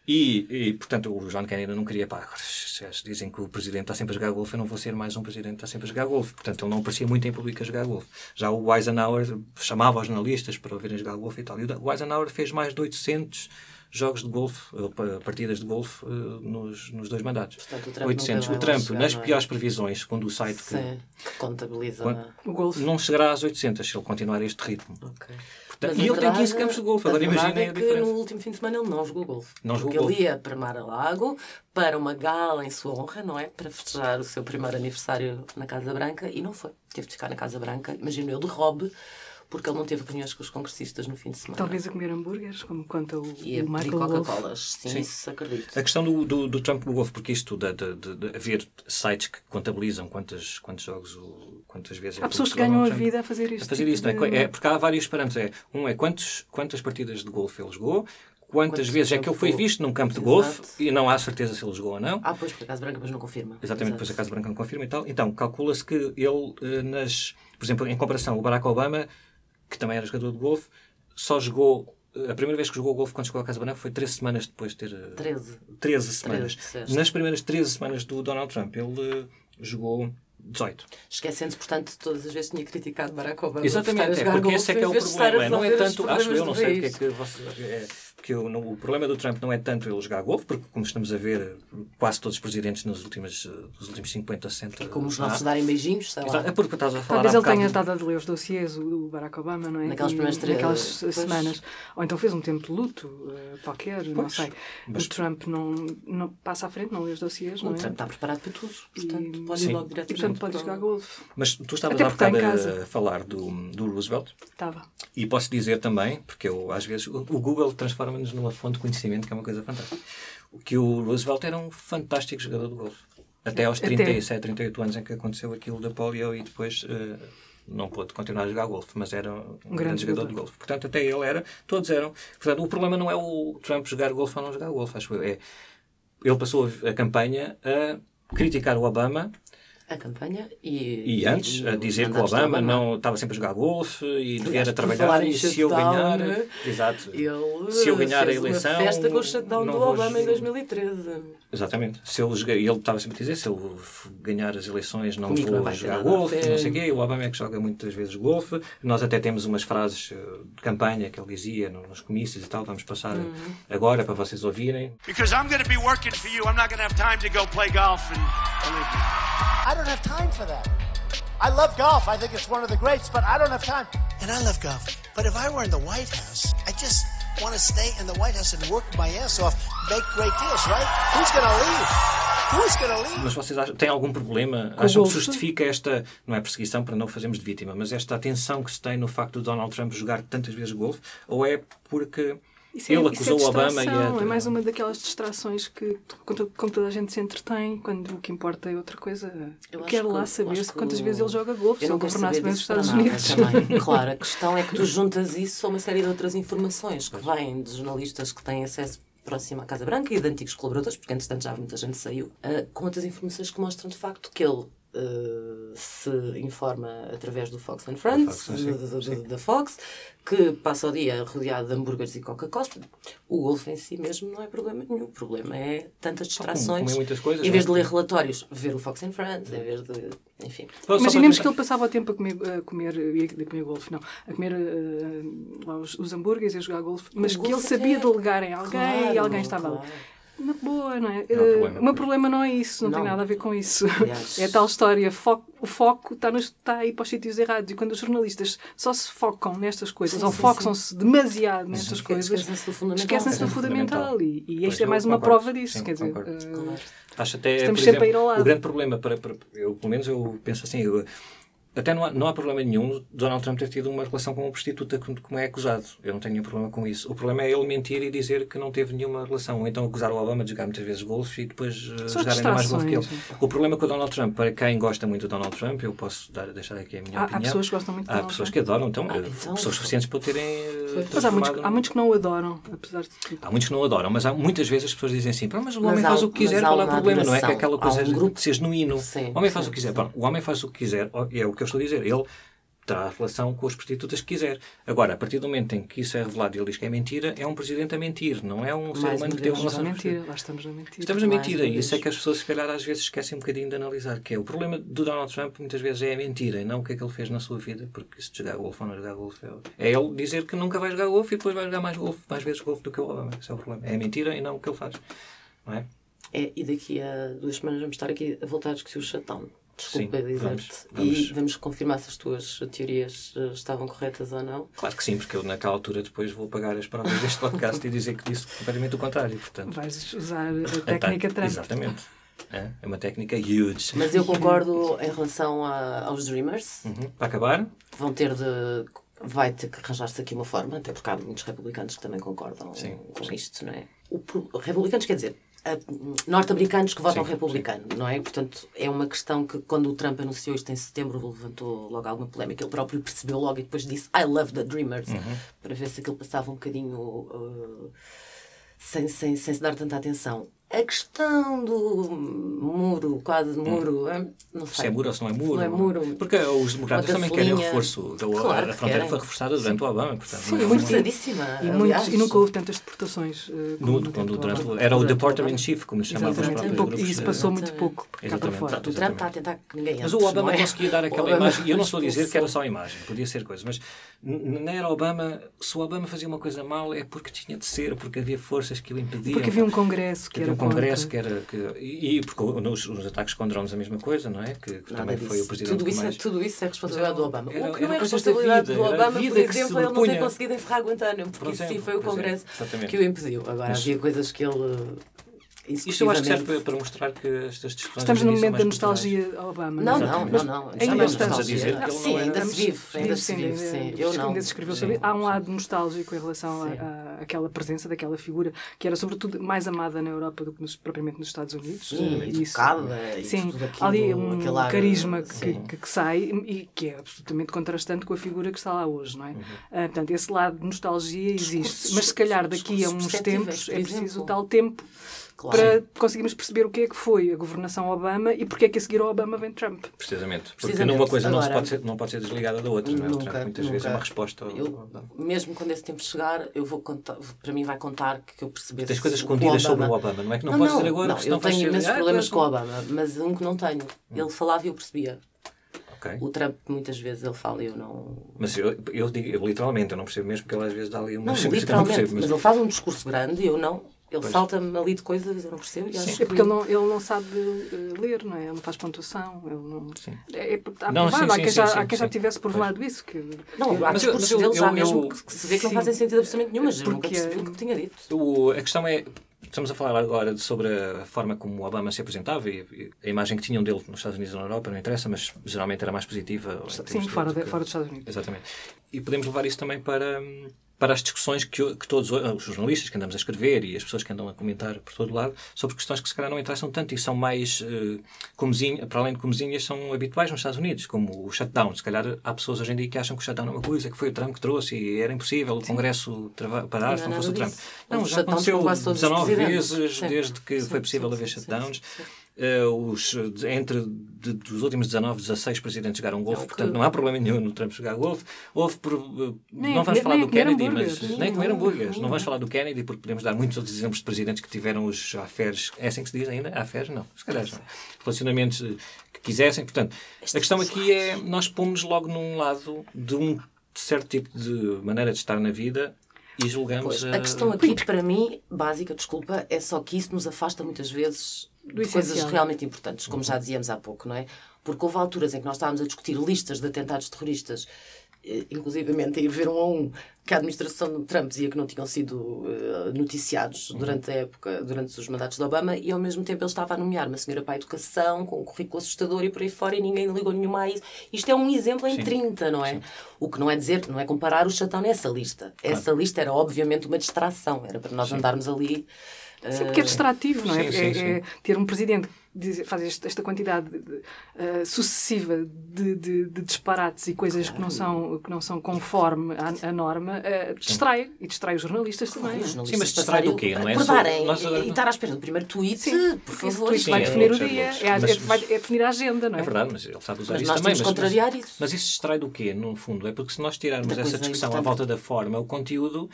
Speaker 3: E, e, portanto, o John Kennedy não queria, pá, agora, vocês dizem que o presidente está sempre a jogar golfe, eu não vou ser mais um presidente que está sempre a jogar golfe. Portanto, ele não aparecia muito em público a jogar golfe. Já o Eisenhower chamava os jornalistas para ouvirem jogar golfe e tal. E o Eisenhower fez mais de 800 jogos de golfe, eh, pa- partidas de golfe, eh, nos, nos dois mandatos.
Speaker 5: Portanto, o Trump
Speaker 3: 800.
Speaker 5: nunca
Speaker 3: O
Speaker 5: vai lá
Speaker 3: Trump,
Speaker 5: chegar,
Speaker 3: nas
Speaker 5: não é?
Speaker 3: piores previsões, segundo o site, que
Speaker 5: Sim, que contabiliza.
Speaker 3: Quando-
Speaker 5: não é?
Speaker 4: O golfe.
Speaker 3: não chegará às 800 se ele continuar este ritmo.
Speaker 5: Ok.
Speaker 3: Portanto,
Speaker 5: Mas
Speaker 3: e
Speaker 5: a
Speaker 3: ele tem
Speaker 5: verdade-
Speaker 3: 15 campos de golfe, agora
Speaker 5: a verdade
Speaker 3: imaginem
Speaker 5: é
Speaker 3: a
Speaker 5: que
Speaker 3: diferença.
Speaker 5: no último fim de semana ele não jogou golfe.
Speaker 3: Não jogou
Speaker 5: porque
Speaker 3: golfe.
Speaker 5: ele ia para Mar a Lago para uma gala em sua honra, não é? Para festejar o seu primeiro aniversário na Casa Branca e não foi. Teve de ficar na Casa Branca, imagino eu, de robe, porque ele não teve reuniões com os congressistas no fim de semana.
Speaker 4: Talvez a comer hambúrgueres, como conta o,
Speaker 5: E a
Speaker 4: o
Speaker 5: pedir
Speaker 4: Michael Wolff.
Speaker 5: Coca-Colas. Sim,
Speaker 3: Sim.
Speaker 5: isso acredito.
Speaker 3: A questão do, do, do Trump no golfe, porque isto é de, de, de, de haver sites que contabilizam quantos, quantos jogos, o- quantas vezes... é
Speaker 4: Há pessoas que
Speaker 3: público
Speaker 4: ganham a
Speaker 3: Donald Trump.
Speaker 4: vida a fazer isto. tipo
Speaker 3: A fazer isto, não é? É, porque há vários parâmetros. É, um é quantos, quantas partidas de golfe ele jogou, quantas
Speaker 5: Quantos
Speaker 3: vezes é que ele
Speaker 5: jogos
Speaker 3: foi
Speaker 5: jogou.
Speaker 3: visto num campo de
Speaker 5: Exato.
Speaker 3: golfe e não há certeza se ele jogou ou não.
Speaker 5: Ah, pois, por acaso branca, mas não confirma.
Speaker 3: Exatamente, depois a
Speaker 5: Exato.
Speaker 3: Casa Branca não confirma e tal. Então, calcula-se que ele, eh, nas, por exemplo, em comparação, o Barack Obama, que também era jogador de golfe, só jogou. eh, A primeira vez que jogou golfe quando chegou à Casa Branca foi 13 semanas depois de ter. eh,
Speaker 5: 13.
Speaker 3: 13 semanas.
Speaker 5: disseste.
Speaker 3: Nas primeiras 13 semanas do Donald Trump, ele eh, jogou 18.
Speaker 5: Esquecendo-se, portanto, de todas as vezes que tinha criticado Barack Obama. por estar a
Speaker 3: Exatamente, é
Speaker 5: jogar
Speaker 3: porque
Speaker 5: golfe
Speaker 3: esse é que
Speaker 5: em
Speaker 3: é o
Speaker 5: vez de estar a
Speaker 3: problema. Não é
Speaker 5: resolver os
Speaker 3: tanto, acho eu,
Speaker 5: problemas
Speaker 3: não
Speaker 5: do
Speaker 3: sei o que é
Speaker 5: país.
Speaker 3: que você. É, que eu não- o problema do Trump não é tanto ele jogar golfe, porque, como estamos a ver, quase todos os presidentes nos últimos, eh, nos últimos 50, 60
Speaker 5: É como os nossos
Speaker 3: Ah,
Speaker 5: darem beijinhos, sei lá.
Speaker 3: Exato, É porque estás a falar
Speaker 4: Talvez
Speaker 3: há
Speaker 4: ele tenha
Speaker 3: bocado-
Speaker 4: estado a ler os dossiês do Barack Obama, não é?
Speaker 5: Naquelas
Speaker 4: E-
Speaker 5: primeiras três-
Speaker 4: naquelas
Speaker 5: pois.
Speaker 4: semanas. Ou então fez um tempo de luto eh, qualquer, não sei. O Trump não, não passa à frente, não lê os dossiês, não
Speaker 5: O
Speaker 4: é?
Speaker 5: Trump está preparado para tudo,
Speaker 4: E-
Speaker 5: portanto, pode ir
Speaker 3: Sim.
Speaker 5: logo
Speaker 4: e,
Speaker 5: diretamente.
Speaker 4: portanto, pode
Speaker 5: para-
Speaker 4: jogar golfe.
Speaker 3: Mas tu estavas
Speaker 4: Até
Speaker 3: há
Speaker 4: porque está
Speaker 3: bocado
Speaker 4: em
Speaker 3: a falar do, do Roosevelt
Speaker 4: Estava.
Speaker 3: e posso dizer também, porque eu às vezes o o Google transforma-nos numa fonte de conhecimento que é uma coisa fantástica, que o Roosevelt era um fantástico jogador de golfe. Até aos
Speaker 4: Até.
Speaker 3: 37, 38 anos em que aconteceu aquilo da polio e depois eh, não pôde continuar a jogar golfe, mas era um, grande, jogador
Speaker 4: jogador.
Speaker 3: de golfe. Portanto, até ele era, todos eram. Portanto, o problema não é o Trump jogar golfe ou não jogar golfe, acho eu. É, ele passou a- a campanha a criticar o Obama
Speaker 5: A campanha e.
Speaker 3: e antes a
Speaker 5: os
Speaker 3: dizer que o
Speaker 5: mandatos do
Speaker 3: Obama não estava sempre a jogar golfe e devia
Speaker 5: Aliás,
Speaker 3: era
Speaker 5: por
Speaker 3: trabalhar
Speaker 5: falar em
Speaker 3: e se eu
Speaker 5: shutdown,
Speaker 3: ganhar
Speaker 5: né?
Speaker 3: exato
Speaker 5: Ele
Speaker 3: se eu ganhar a
Speaker 5: fez
Speaker 3: eleição
Speaker 5: Uma festa com o shutdown
Speaker 3: não
Speaker 5: do
Speaker 3: vou-
Speaker 5: Obama em 2013.
Speaker 3: Exatamente. Se ele, joga- ele estava sempre a dizer, se ele f- ganhar as eleições não
Speaker 5: Comigo
Speaker 3: vou
Speaker 5: não vai ser
Speaker 3: jogar
Speaker 5: nada a
Speaker 3: golfe,
Speaker 5: ver.
Speaker 3: não sei o quê. O Obama é que joga muitas vezes golfe. Nós até temos umas frases eh, de campanha que ele dizia no- nos comícios e tal. Vamos passar
Speaker 5: Uhum.
Speaker 3: agora para vocês ouvirem.
Speaker 1: Because I'm going to be working for you. I'm not going to have time to go play golf and. Believe me.
Speaker 6: I don't have time for that. I love golf. I think it's one of the greats, but I don't have time. And I love golf. But if I were in the White House, I just want to stay in the White House and work my ass off, make great deals, right? Who's going to leave? Who's going to leave?
Speaker 3: Mas vocês acham, têm algum problema?
Speaker 4: Com
Speaker 3: acham que
Speaker 4: golfe?
Speaker 3: justifica esta, não é perseguição para não o fazermos de vítima, mas esta atenção que se tem no facto do Donald Trump jogar tantas vezes golfe? Ou é porque
Speaker 4: Isso é,
Speaker 3: ele
Speaker 4: isso é
Speaker 3: acusou o Obama e
Speaker 4: distração,
Speaker 3: a-
Speaker 4: é mais uma daquelas distrações que, como to- como toda a gente se entretém, quando o que importa é outra coisa.
Speaker 5: Eu acho
Speaker 4: Quero lá
Speaker 5: que- eu
Speaker 4: saber
Speaker 5: acho
Speaker 4: se
Speaker 5: que
Speaker 4: quantas
Speaker 5: o-
Speaker 4: vezes ele joga golfe,
Speaker 5: Eu
Speaker 4: se
Speaker 5: não
Speaker 4: ele
Speaker 5: quero
Speaker 4: governasse
Speaker 5: saber
Speaker 4: bem os
Speaker 5: disso para
Speaker 4: Estados
Speaker 5: nada
Speaker 4: Unidos.
Speaker 5: também. Claro, a questão é que tu juntas isso a uma série de outras informações que vêm de jornalistas que têm acesso próximo à Casa Branca e de antigos colaboradores, porque entretanto já muita gente saiu, ah, com outras informações que mostram de facto que ele ah, se informa através do Fox and Friends,
Speaker 3: Fox,
Speaker 5: de- de- de- da Fox, que passa o dia rodeado de hambúrgueres e Coca-Cola. O golfe em si mesmo não é problema nenhum. O problema é tantas distrações.
Speaker 3: comem muitas coisas,
Speaker 5: em vez de
Speaker 3: não é?
Speaker 5: ler relatórios, ver o Fox and Friends, em vez de. Enfim.
Speaker 3: Só- só
Speaker 4: Imaginemos
Speaker 3: para-
Speaker 4: que ele passava o tempo a comer, a comer, a comer golfe, não, a comer eh, lá os, os hambúrgueres e a jogar golfe, mas que
Speaker 5: golfe
Speaker 4: ele sabia
Speaker 5: até-
Speaker 4: delegar em alguém
Speaker 5: Claro,
Speaker 4: e alguém estava lá.
Speaker 5: claro.
Speaker 4: Na boa, não
Speaker 3: Não
Speaker 4: é?
Speaker 3: há
Speaker 4: Eh,
Speaker 3: um problema.
Speaker 4: o meu problema não é isso, não, tem
Speaker 5: Não.
Speaker 4: nada a ver com isso.
Speaker 5: Aliás.
Speaker 4: É tal história, foco- o foco está, nos, está aí para os sítios errados. E quando os jornalistas só se focam nestas coisas,
Speaker 5: Sim,
Speaker 4: ou
Speaker 5: sim, Uhum. É,
Speaker 4: focam-se demasiado nestas coisas,
Speaker 5: Esquecem-se do fundamental.
Speaker 4: esquecem-se
Speaker 5: Esquecem-se
Speaker 4: do
Speaker 5: do
Speaker 4: fundamental. E, e
Speaker 3: É Pois,
Speaker 4: esta é
Speaker 3: eu
Speaker 4: mais uma
Speaker 3: concordo.
Speaker 4: prova disso.
Speaker 3: Sim,
Speaker 4: quer dizer,
Speaker 3: concordo.
Speaker 5: é
Speaker 4: eh,
Speaker 3: Acho até,
Speaker 4: Estamos
Speaker 3: por
Speaker 4: sempre a
Speaker 3: exemplo,
Speaker 4: ir ao lado.
Speaker 3: o grande problema para, para- eu pelo menos eu penso assim, eu- até não há, não há problema nenhum Donald Trump ter tido uma relação com uma prostituta como como é acusado. Eu não tenho nenhum problema com isso. O problema é ele mentir e dizer que não teve nenhuma relação. Ou então acusar o Obama de jogar muitas vezes golfe e depois eh, jogar ainda mais golfe que ele.
Speaker 4: distrações.
Speaker 3: O problema com o Donald Trump, para quem gosta muito do Donald Trump, eu posso dar, deixar aqui a minha
Speaker 4: Há- há
Speaker 3: opinião.
Speaker 4: pessoas que gostam muito do
Speaker 3: Há
Speaker 4: Donald
Speaker 3: pessoas
Speaker 4: Trump. Ah,
Speaker 3: que adoram, então, eh,
Speaker 5: então.
Speaker 3: pessoas suficientes para o terem eh,
Speaker 4: mas há muitos,
Speaker 3: transformado
Speaker 4: há muitos que não o adoram, apesar de tudo.
Speaker 3: Há muitos que não adoram, mas há, muitas vezes as pessoas dizem assim: "Pá, mas o
Speaker 5: Mas
Speaker 3: homem
Speaker 5: há-
Speaker 3: faz o que quiser,
Speaker 5: mas há
Speaker 3: qual é o
Speaker 5: uma
Speaker 3: problema? Não é que
Speaker 5: admiração,
Speaker 3: aquela
Speaker 5: há
Speaker 3: coisa
Speaker 5: um
Speaker 3: de
Speaker 5: grupo-
Speaker 3: ser genuíno.
Speaker 5: Sim,
Speaker 3: o homem faz
Speaker 5: sim,
Speaker 3: o que quiser.
Speaker 5: sim.
Speaker 3: Bom, o homem faz o que quiser, ó, é o que eu estou a dizer. Ele terá relação com as prostitutas que quiser. Agora, a partir do momento em que isso é revelado e ele diz que é mentira, é um presidente a mentir, não é um ser
Speaker 5: Mais
Speaker 3: humano que teve
Speaker 5: uma vez,
Speaker 4: Estamos
Speaker 3: relação
Speaker 4: na
Speaker 3: com as
Speaker 4: mentira, lá estamos na mentira.
Speaker 3: Estamos a
Speaker 5: Mais
Speaker 3: mentira,
Speaker 5: uma
Speaker 3: e isso é
Speaker 5: vez.
Speaker 3: que as pessoas, se calhar, às vezes esquecem um bocadinho de analisar, que é o problema do Donald Trump, muitas vezes, é a mentira, e não o que é que ele fez na sua vida, porque se jogar golfe ou não jogar golfe, é é ele dizer que nunca vai jogar golfe e depois vai jogar mais golfe, mais vezes golfe do que o Obama, esse é o problema. É a mentira e não o que ele faz, não é?
Speaker 5: É, e daqui a duas semanas vamos estar aqui a voltar a discutir o shutdown. Desculpa
Speaker 3: Sim,
Speaker 5: dizer-te.
Speaker 3: vamos, vamos.
Speaker 5: E vamos confirmar se as tuas teorias eh, estavam corretas ou não.
Speaker 3: Claro que sim, porque eu, naquela altura, depois vou pagar as provas deste podcast e dizer que disse completamente o contrário, portanto...
Speaker 4: Vais usar a
Speaker 3: a
Speaker 4: técnica
Speaker 3: ta-
Speaker 4: Trump.
Speaker 3: Exatamente. É, é uma técnica huge.
Speaker 5: Mas eu concordo em relação a- aos Dreamers.
Speaker 3: Uhum. Para acabar,
Speaker 5: Vão ter de. Vai ter que arranjar-se aqui uma forma, até porque há muitos republicanos que também concordam
Speaker 3: Sim,
Speaker 5: com isto, não é? O pro- republicanos, quer dizer, a- norte-americanos que votam republicano, não é? Portanto, é uma questão que quando o Trump anunciou isto em setembro levantou logo alguma polémica. Ele próprio percebeu logo e depois disse I love the Dreamers,
Speaker 3: Uhum.
Speaker 5: para ver se aquilo passava um bocadinho. uh, sem, sem, sem se dar tanta atenção. A questão do muro, quase muro, hum, não sei.
Speaker 3: se é muro ou se não é muro.
Speaker 5: Não é muro.
Speaker 3: Porque os democratas
Speaker 5: Uma
Speaker 3: também querem o
Speaker 5: gasolinha.
Speaker 3: reforço. da-
Speaker 5: Claro
Speaker 3: a
Speaker 5: que
Speaker 3: fronteira
Speaker 5: querem.
Speaker 3: foi reforçada durante o Obama, portanto.
Speaker 5: Sim,
Speaker 3: não é
Speaker 5: muito
Speaker 3: um-
Speaker 5: forçadíssima.
Speaker 4: E,
Speaker 5: aliás.
Speaker 4: muitos, e nunca houve tantas deportações. eh, como
Speaker 3: No,
Speaker 4: no
Speaker 3: quando
Speaker 4: tempo do
Speaker 3: durante,
Speaker 4: Obama.
Speaker 3: o- era o
Speaker 5: Durante o
Speaker 3: Department
Speaker 5: Obama.
Speaker 3: chief, como lhe chamavam os
Speaker 5: Exatamente.
Speaker 3: próprios
Speaker 4: Um pouco-
Speaker 3: grupos
Speaker 4: e isso
Speaker 3: de-
Speaker 4: passou muito
Speaker 5: Exatamente.
Speaker 4: pouco cá para
Speaker 3: Exatamente.
Speaker 4: fora.
Speaker 5: Pronto, o Trump está a tentar que ninguém
Speaker 3: Mas o
Speaker 5: entre,
Speaker 3: Obama
Speaker 5: não é?
Speaker 3: conseguia dar
Speaker 5: O
Speaker 3: aquela
Speaker 5: Obama
Speaker 3: imagem. E eu não estou a dizer que era
Speaker 5: expulsou.
Speaker 3: só a imagem, podia ser coisa. Mas n- não era Obama. Se o Obama fazia uma coisa mal, é porque tinha de ser, porque havia forças que o impediam.
Speaker 4: Porque havia um congresso que
Speaker 3: Porque
Speaker 4: era
Speaker 3: um congresso
Speaker 4: contra.
Speaker 3: que era. Que, e, e porque o- nos, os ataques contra drones a mesma coisa, não é? Que,
Speaker 4: Ah,
Speaker 3: que
Speaker 5: Nada
Speaker 3: também foi o
Speaker 5: disso.
Speaker 3: presidente
Speaker 5: tudo
Speaker 3: que
Speaker 5: isso, é,
Speaker 3: mais.
Speaker 5: tudo isso é responsabilidade do Obama.
Speaker 3: Era-
Speaker 5: o que não
Speaker 3: era
Speaker 5: é
Speaker 3: coisas da
Speaker 5: responsabilidade
Speaker 3: vida, era
Speaker 5: do
Speaker 3: a
Speaker 5: Obama,
Speaker 3: vida
Speaker 5: por
Speaker 3: que se
Speaker 5: exemplo, ele não ter
Speaker 3: propunha.
Speaker 5: conseguido encerrar Guantánamo, porque
Speaker 3: Por
Speaker 5: isso sim
Speaker 3: exemplo,
Speaker 5: foi o
Speaker 3: por exemplo,
Speaker 5: Congresso
Speaker 3: exatamente.
Speaker 5: que o impediu. Agora, havia coisas que ele. eh,
Speaker 3: Isto eu acho que serve para,
Speaker 5: executivamente-
Speaker 3: para mostrar que estas discussões.
Speaker 4: Estamos
Speaker 3: hoje em
Speaker 4: no
Speaker 3: dia são
Speaker 4: momento da
Speaker 3: mais culturais.
Speaker 4: nostalgia ao Obama.
Speaker 5: Não,
Speaker 4: é?
Speaker 5: não,
Speaker 4: Mas
Speaker 5: não, não.
Speaker 3: Ainda
Speaker 5: não,
Speaker 3: estamos a dizer que ele não
Speaker 5: Ah, Sim,
Speaker 3: era-
Speaker 5: ainda se vive, ainda se
Speaker 4: Sim,
Speaker 5: vive,
Speaker 4: sim,
Speaker 5: sim.
Speaker 4: sim,
Speaker 5: Eu
Speaker 4: ainda
Speaker 5: não.
Speaker 4: se escreveu sobre Há um lado um nostálgico em relação a-
Speaker 5: Sim.
Speaker 4: a- aquela, aquela presença daquela figura que era, sobretudo, mais amada na Europa do que nos, propriamente nos Estados Unidos.
Speaker 5: Sim,
Speaker 4: E isso-
Speaker 5: educada e
Speaker 4: Sim,
Speaker 5: tudo aquilo,
Speaker 4: ali um
Speaker 5: aquele ar,
Speaker 4: carisma que,
Speaker 5: sim.
Speaker 4: que- que sai e que é absolutamente contrastante com a figura que está lá hoje, não é?
Speaker 5: Uhum.
Speaker 4: Ah, portanto, esse lado de nostalgia existe,
Speaker 5: Discursos-
Speaker 4: mas se calhar daqui a
Speaker 5: discursos
Speaker 4: uns
Speaker 5: perceptíveis,
Speaker 4: tempos
Speaker 5: por
Speaker 4: é preciso
Speaker 5: exemplo.
Speaker 4: tal tempo
Speaker 5: Claro.
Speaker 4: para conseguirmos perceber o que é que foi a governação Obama e porque é que a seguir ao Obama vem Trump.
Speaker 3: Precisamente. Porque
Speaker 5: Precisamente.
Speaker 3: numa coisa não, se
Speaker 5: Agora-
Speaker 3: pode ser, não pode ser desligada da outra, não é? O
Speaker 5: Nunca,
Speaker 3: Trump muitas
Speaker 5: nunca.
Speaker 3: vezes é uma resposta. Ao...
Speaker 5: Eu, mesmo quando esse tempo chegar, eu vou contar, para mim vai contar que eu percebi
Speaker 3: Tens coisas escondidas sobre o Obama, não é que não podes dizer agora,
Speaker 5: Não,
Speaker 3: porque senão
Speaker 5: eu
Speaker 3: vais
Speaker 5: tenho
Speaker 3: ser-
Speaker 5: imensos
Speaker 3: Ah, Hum. tu
Speaker 5: problemas
Speaker 3: és
Speaker 5: com o
Speaker 3: um-
Speaker 5: Obama, mas um que não tenho. Ele falava e eu percebia.
Speaker 3: Ok.
Speaker 5: O Trump, muitas vezes, ele fala e eu não.
Speaker 3: Mas eu, eu digo, eu literalmente, eu não percebo mesmo, porque ele às vezes dá ali é uma
Speaker 5: Não,
Speaker 3: coisa que eu
Speaker 5: literalmente,
Speaker 3: percebo,
Speaker 5: mas ele faz um discurso grande e eu não. Ele salta-me ali de coisas, eu não percebo. E acho
Speaker 4: É porque ele não, ele não sabe eh, ler, não é? Ele não faz pontuação, ele não. É, é, há,
Speaker 3: Não,
Speaker 4: provado,
Speaker 3: sim,
Speaker 4: há
Speaker 3: sim,
Speaker 4: quem
Speaker 3: sim,
Speaker 4: já,
Speaker 3: sim,
Speaker 4: há quem já
Speaker 3: sim.
Speaker 4: tivesse provado isso. Que,
Speaker 5: Não, há
Speaker 3: Mas eu- mas
Speaker 5: discursos
Speaker 3: eu-
Speaker 5: dele já
Speaker 3: eu-
Speaker 5: mesmo
Speaker 3: eu-
Speaker 5: que se vê que não
Speaker 4: Sim.
Speaker 5: fazem sentido absolutamente nenhum, mas eu nunca
Speaker 4: Porque-
Speaker 5: percebi o que tinha dito.
Speaker 3: O- a questão é, estamos a falar agora de- sobre a forma como o Obama se apresentava e, e a imagem que tinham dele nos Estados Unidos e na Europa, não interessa, mas geralmente era mais positiva. ou em termos
Speaker 4: sim,
Speaker 3: de-
Speaker 4: fora,
Speaker 3: do
Speaker 4: de,
Speaker 3: que-
Speaker 4: fora dos Estados Unidos.
Speaker 3: Exatamente. E podemos levar isso também para, hum, para as discussões que, o- que todos o- os jornalistas que andamos a escrever e as pessoas que andam a comentar por todo lado sobre questões que se calhar não interessam tanto e são mais, eh, comezinha, para além de comezinhas, são habituais nos Estados Unidos, como o shutdown. Se calhar há pessoas hoje em dia que acham que o shutdown é uma coisa que foi o Trump que trouxe e era impossível o Congresso trava- parar se
Speaker 5: Não
Speaker 3: não
Speaker 5: há
Speaker 3: fosse o
Speaker 5: nada
Speaker 3: Trump.
Speaker 5: disso.
Speaker 3: Não,
Speaker 5: Os
Speaker 3: já
Speaker 5: shutdowns
Speaker 3: aconteceu
Speaker 5: são quase todos os
Speaker 3: 19
Speaker 5: presidentes.
Speaker 3: vezes
Speaker 5: Sim.
Speaker 3: desde que
Speaker 5: Sim,
Speaker 3: foi possível
Speaker 5: sim,
Speaker 3: haver
Speaker 5: sim, sim,
Speaker 3: shutdowns.
Speaker 5: sim.
Speaker 3: Eh, os, de- entre de- dos últimos 19, 16 presidentes jogaram golfe,
Speaker 5: o que-
Speaker 3: portanto não há problema nenhum no Trump jogar golfe. Houve por, eh,
Speaker 4: Nem
Speaker 3: não
Speaker 4: a
Speaker 3: vamos
Speaker 4: comer-
Speaker 3: falar
Speaker 4: nem a
Speaker 3: do
Speaker 4: comer
Speaker 3: Kennedy,
Speaker 4: hambúrgueres.
Speaker 3: mas nem comer hambúrgueres. Não vamos falar do Kennedy porque podemos dar muitos outros exemplos de presidentes que tiveram os afers. É assim que se diz ainda? Afers? Não. Se calhar não. Relacionamentos eh, que quisessem. Portanto, a questão aqui é nós pomos logo num lado de um certo tipo de maneira de estar na vida e julgamos
Speaker 5: Pois, a questão
Speaker 3: eh,
Speaker 5: aqui, para mim, básica, desculpa, é só que isso nos afasta muitas vezes de coisas
Speaker 4: essencial.
Speaker 5: realmente importantes, como já dizíamos há pouco, não é? Porque houve alturas em que nós estávamos a discutir listas de atentados terroristas, eh, inclusivamente a ir ver um a um, que a administração de Trump dizia que não tinham sido eh, noticiados durante a época, durante os mandatos de Obama, e ao mesmo tempo ele estava a nomear uma senhora para a educação, com um currículo assustador e por aí fora, e ninguém ligou nenhuma a isso. Isto é um exemplo em 30, não é? O que não é dizer, não é comparar o shutdown a essa lista. Essa lista era obviamente uma distração, era para nós andarmos ali.
Speaker 4: Sim, porque é distrativo, não é?
Speaker 3: Eh, Sim, sim,
Speaker 4: É-
Speaker 3: sim.
Speaker 4: é ter um presidente que diz- faz este- esta quantidade de- de, eh, sucessiva de, de- de disparates e coisas que, não são, que não são conforme à, à norma, eh, distrai. E distrai os jornalistas também. não é?
Speaker 3: Sim, mas distrair do quê, não é?
Speaker 5: Acordarem
Speaker 3: Nós,
Speaker 5: e- e estar à espera do primeiro tweet,
Speaker 4: é?
Speaker 5: por
Speaker 4: Sim, porque esse
Speaker 5: favor.
Speaker 4: tweet vai
Speaker 3: Sim, é
Speaker 4: definir o
Speaker 3: outro
Speaker 4: dia,
Speaker 3: jogo.
Speaker 4: é, a-
Speaker 3: Mas-
Speaker 4: é- vai é definir a agenda, não é?
Speaker 3: É verdade, mas ele sabe usar
Speaker 5: Mas
Speaker 3: isso
Speaker 5: nós
Speaker 3: também. Mas,
Speaker 5: temos que contrariar
Speaker 3: mas,
Speaker 5: isso.
Speaker 3: mas isso distrai do quê, no fundo? É porque se nós tirarmos
Speaker 5: Da
Speaker 3: essa
Speaker 5: coisa
Speaker 3: discussão à
Speaker 5: importante.
Speaker 3: volta da forma, o conteúdo,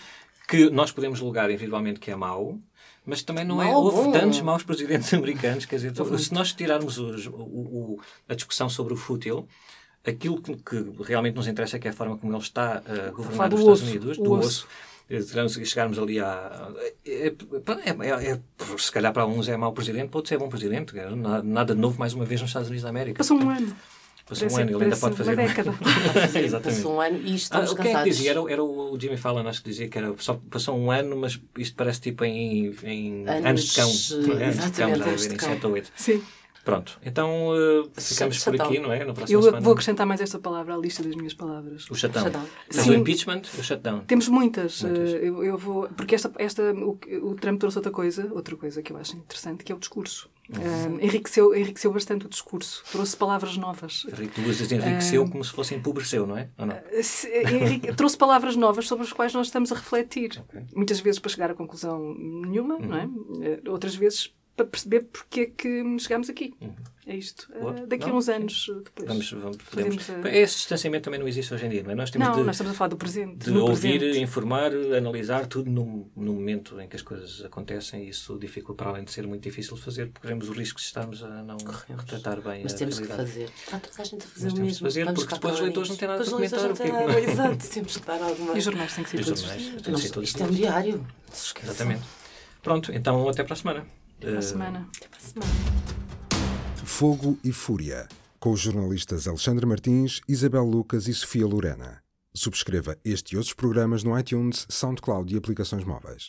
Speaker 3: que nós podemos julgar individualmente que é mau, mas também não é.
Speaker 5: Mau,
Speaker 3: Houve
Speaker 5: bom.
Speaker 3: tantos maus presidentes americanos, quer dizer, se nós tirarmos os- o- o- a discussão sobre o fútil. Aquilo que, que realmente nos interessa é que é a forma como ele está eh, a
Speaker 4: falar
Speaker 3: governar
Speaker 4: do
Speaker 3: os Estados
Speaker 4: osso,
Speaker 3: Unidos,
Speaker 4: o
Speaker 3: do
Speaker 4: osso.
Speaker 3: osso, eh, Chegarmos, chegarmos ali a. É, é- é- se calhar para uns é mau presidente, pode ser bom presidente. cara. Na- Nada de novo, mais uma vez, nos Estados Unidos da América.
Speaker 4: Passou um ano.
Speaker 3: Passou um
Speaker 4: Parece-
Speaker 3: ano, ele ainda
Speaker 4: parece
Speaker 3: pode fazer.
Speaker 4: uma década.
Speaker 3: Exatamente.
Speaker 5: Passou um ano e
Speaker 3: Ah,
Speaker 5: estamos
Speaker 3: o que é que
Speaker 5: cansados.
Speaker 3: dizia? Era, era o o Jimmy Fallon, acho que dizia que era só passou um ano, mas isto parece tipo em, em
Speaker 5: Anos,
Speaker 3: anos, de cão.
Speaker 5: eh,
Speaker 3: anos de cão,
Speaker 5: exatamente,
Speaker 3: já a
Speaker 5: anos
Speaker 3: ver,
Speaker 5: de
Speaker 3: em
Speaker 5: cão.
Speaker 3: 7 ou 8.
Speaker 4: Sim.
Speaker 3: Pronto, então eh, ficamos por
Speaker 5: Shutdown.
Speaker 3: aqui, não é? Na próxima
Speaker 4: Eu
Speaker 3: semana.
Speaker 4: vou acrescentar mais esta palavra à lista das minhas palavras.
Speaker 3: O shutdown.
Speaker 5: Shutdown.
Speaker 3: Tens
Speaker 4: Sim.
Speaker 3: o impeachment e o shutdown.
Speaker 4: Temos muitas.
Speaker 3: Muitas.
Speaker 4: eh, Eu, eu vou, porque esta, esta, o, que- o Trump trouxe outra coisa, outra coisa que eu acho interessante, que é o discurso.
Speaker 3: Uhum.
Speaker 4: Eh, enriqueceu, enriqueceu bastante o discurso, trouxe palavras novas.
Speaker 3: Rico, Tu usas enriqueceu como se fosse empobreceu, não é? Ou não?
Speaker 4: Eh, se- enrique- trouxe palavras novas sobre as quais nós estamos a refletir. Muitas vezes para chegar a conclusão nenhuma, não é?
Speaker 3: Uhum.
Speaker 4: Eh, outras vezes para perceber porque é que chegámos aqui. É isto. Eh,
Speaker 3: Uhum. Boa.
Speaker 4: daqui a
Speaker 3: Não,
Speaker 4: uns
Speaker 3: sim.
Speaker 4: anos eh, depois.
Speaker 3: Vamos, vamos, podemos.
Speaker 4: Fazemos a-
Speaker 3: Esse distanciamento também não existe hoje em dia, não é? Nós temos
Speaker 4: Não,
Speaker 3: de,
Speaker 4: nós estamos a falar do presente.
Speaker 3: de
Speaker 4: no
Speaker 3: ouvir,
Speaker 4: presente.
Speaker 3: informar, analisar tudo no, no momento em que as coisas acontecem e isso dificulta, para além de ser muito difícil de fazer, porque corremos o risco de estarmos a não retratar bem
Speaker 5: Mas
Speaker 3: a
Speaker 5: temos que
Speaker 3: realidade.
Speaker 5: fazer. Está toda a gente a
Speaker 3: um Mas
Speaker 5: fazer o
Speaker 3: temos
Speaker 5: mesmo.
Speaker 3: que fazer,
Speaker 5: Vamos
Speaker 3: porque
Speaker 5: cá
Speaker 3: depois os
Speaker 5: para
Speaker 3: leitores não têm nada
Speaker 5: isso.
Speaker 3: para
Speaker 5: Depois os leitores
Speaker 3: comentar,
Speaker 5: não têm nada. Exato, temos que dar
Speaker 4: E os
Speaker 5: alguma.
Speaker 4: jornais têm que ser
Speaker 3: Os
Speaker 4: todos.
Speaker 3: jornais,
Speaker 4: dias.
Speaker 3: tem de
Speaker 5: Nós-
Speaker 3: ser todos
Speaker 5: Isto é um
Speaker 3: nós.
Speaker 5: diário. Se esqueçam.
Speaker 3: Exatamente. Pronto, então até para a semana.
Speaker 4: Para a
Speaker 3: Eh,
Speaker 4: semana.
Speaker 5: Até para a semana.
Speaker 2: Fogo e Fúria, com os jornalistas Alexandre Martins, Isabel Lucas e Sofia Lorena. Subscreva este e outros programas no iTunes, SoundCloud e aplicações móveis.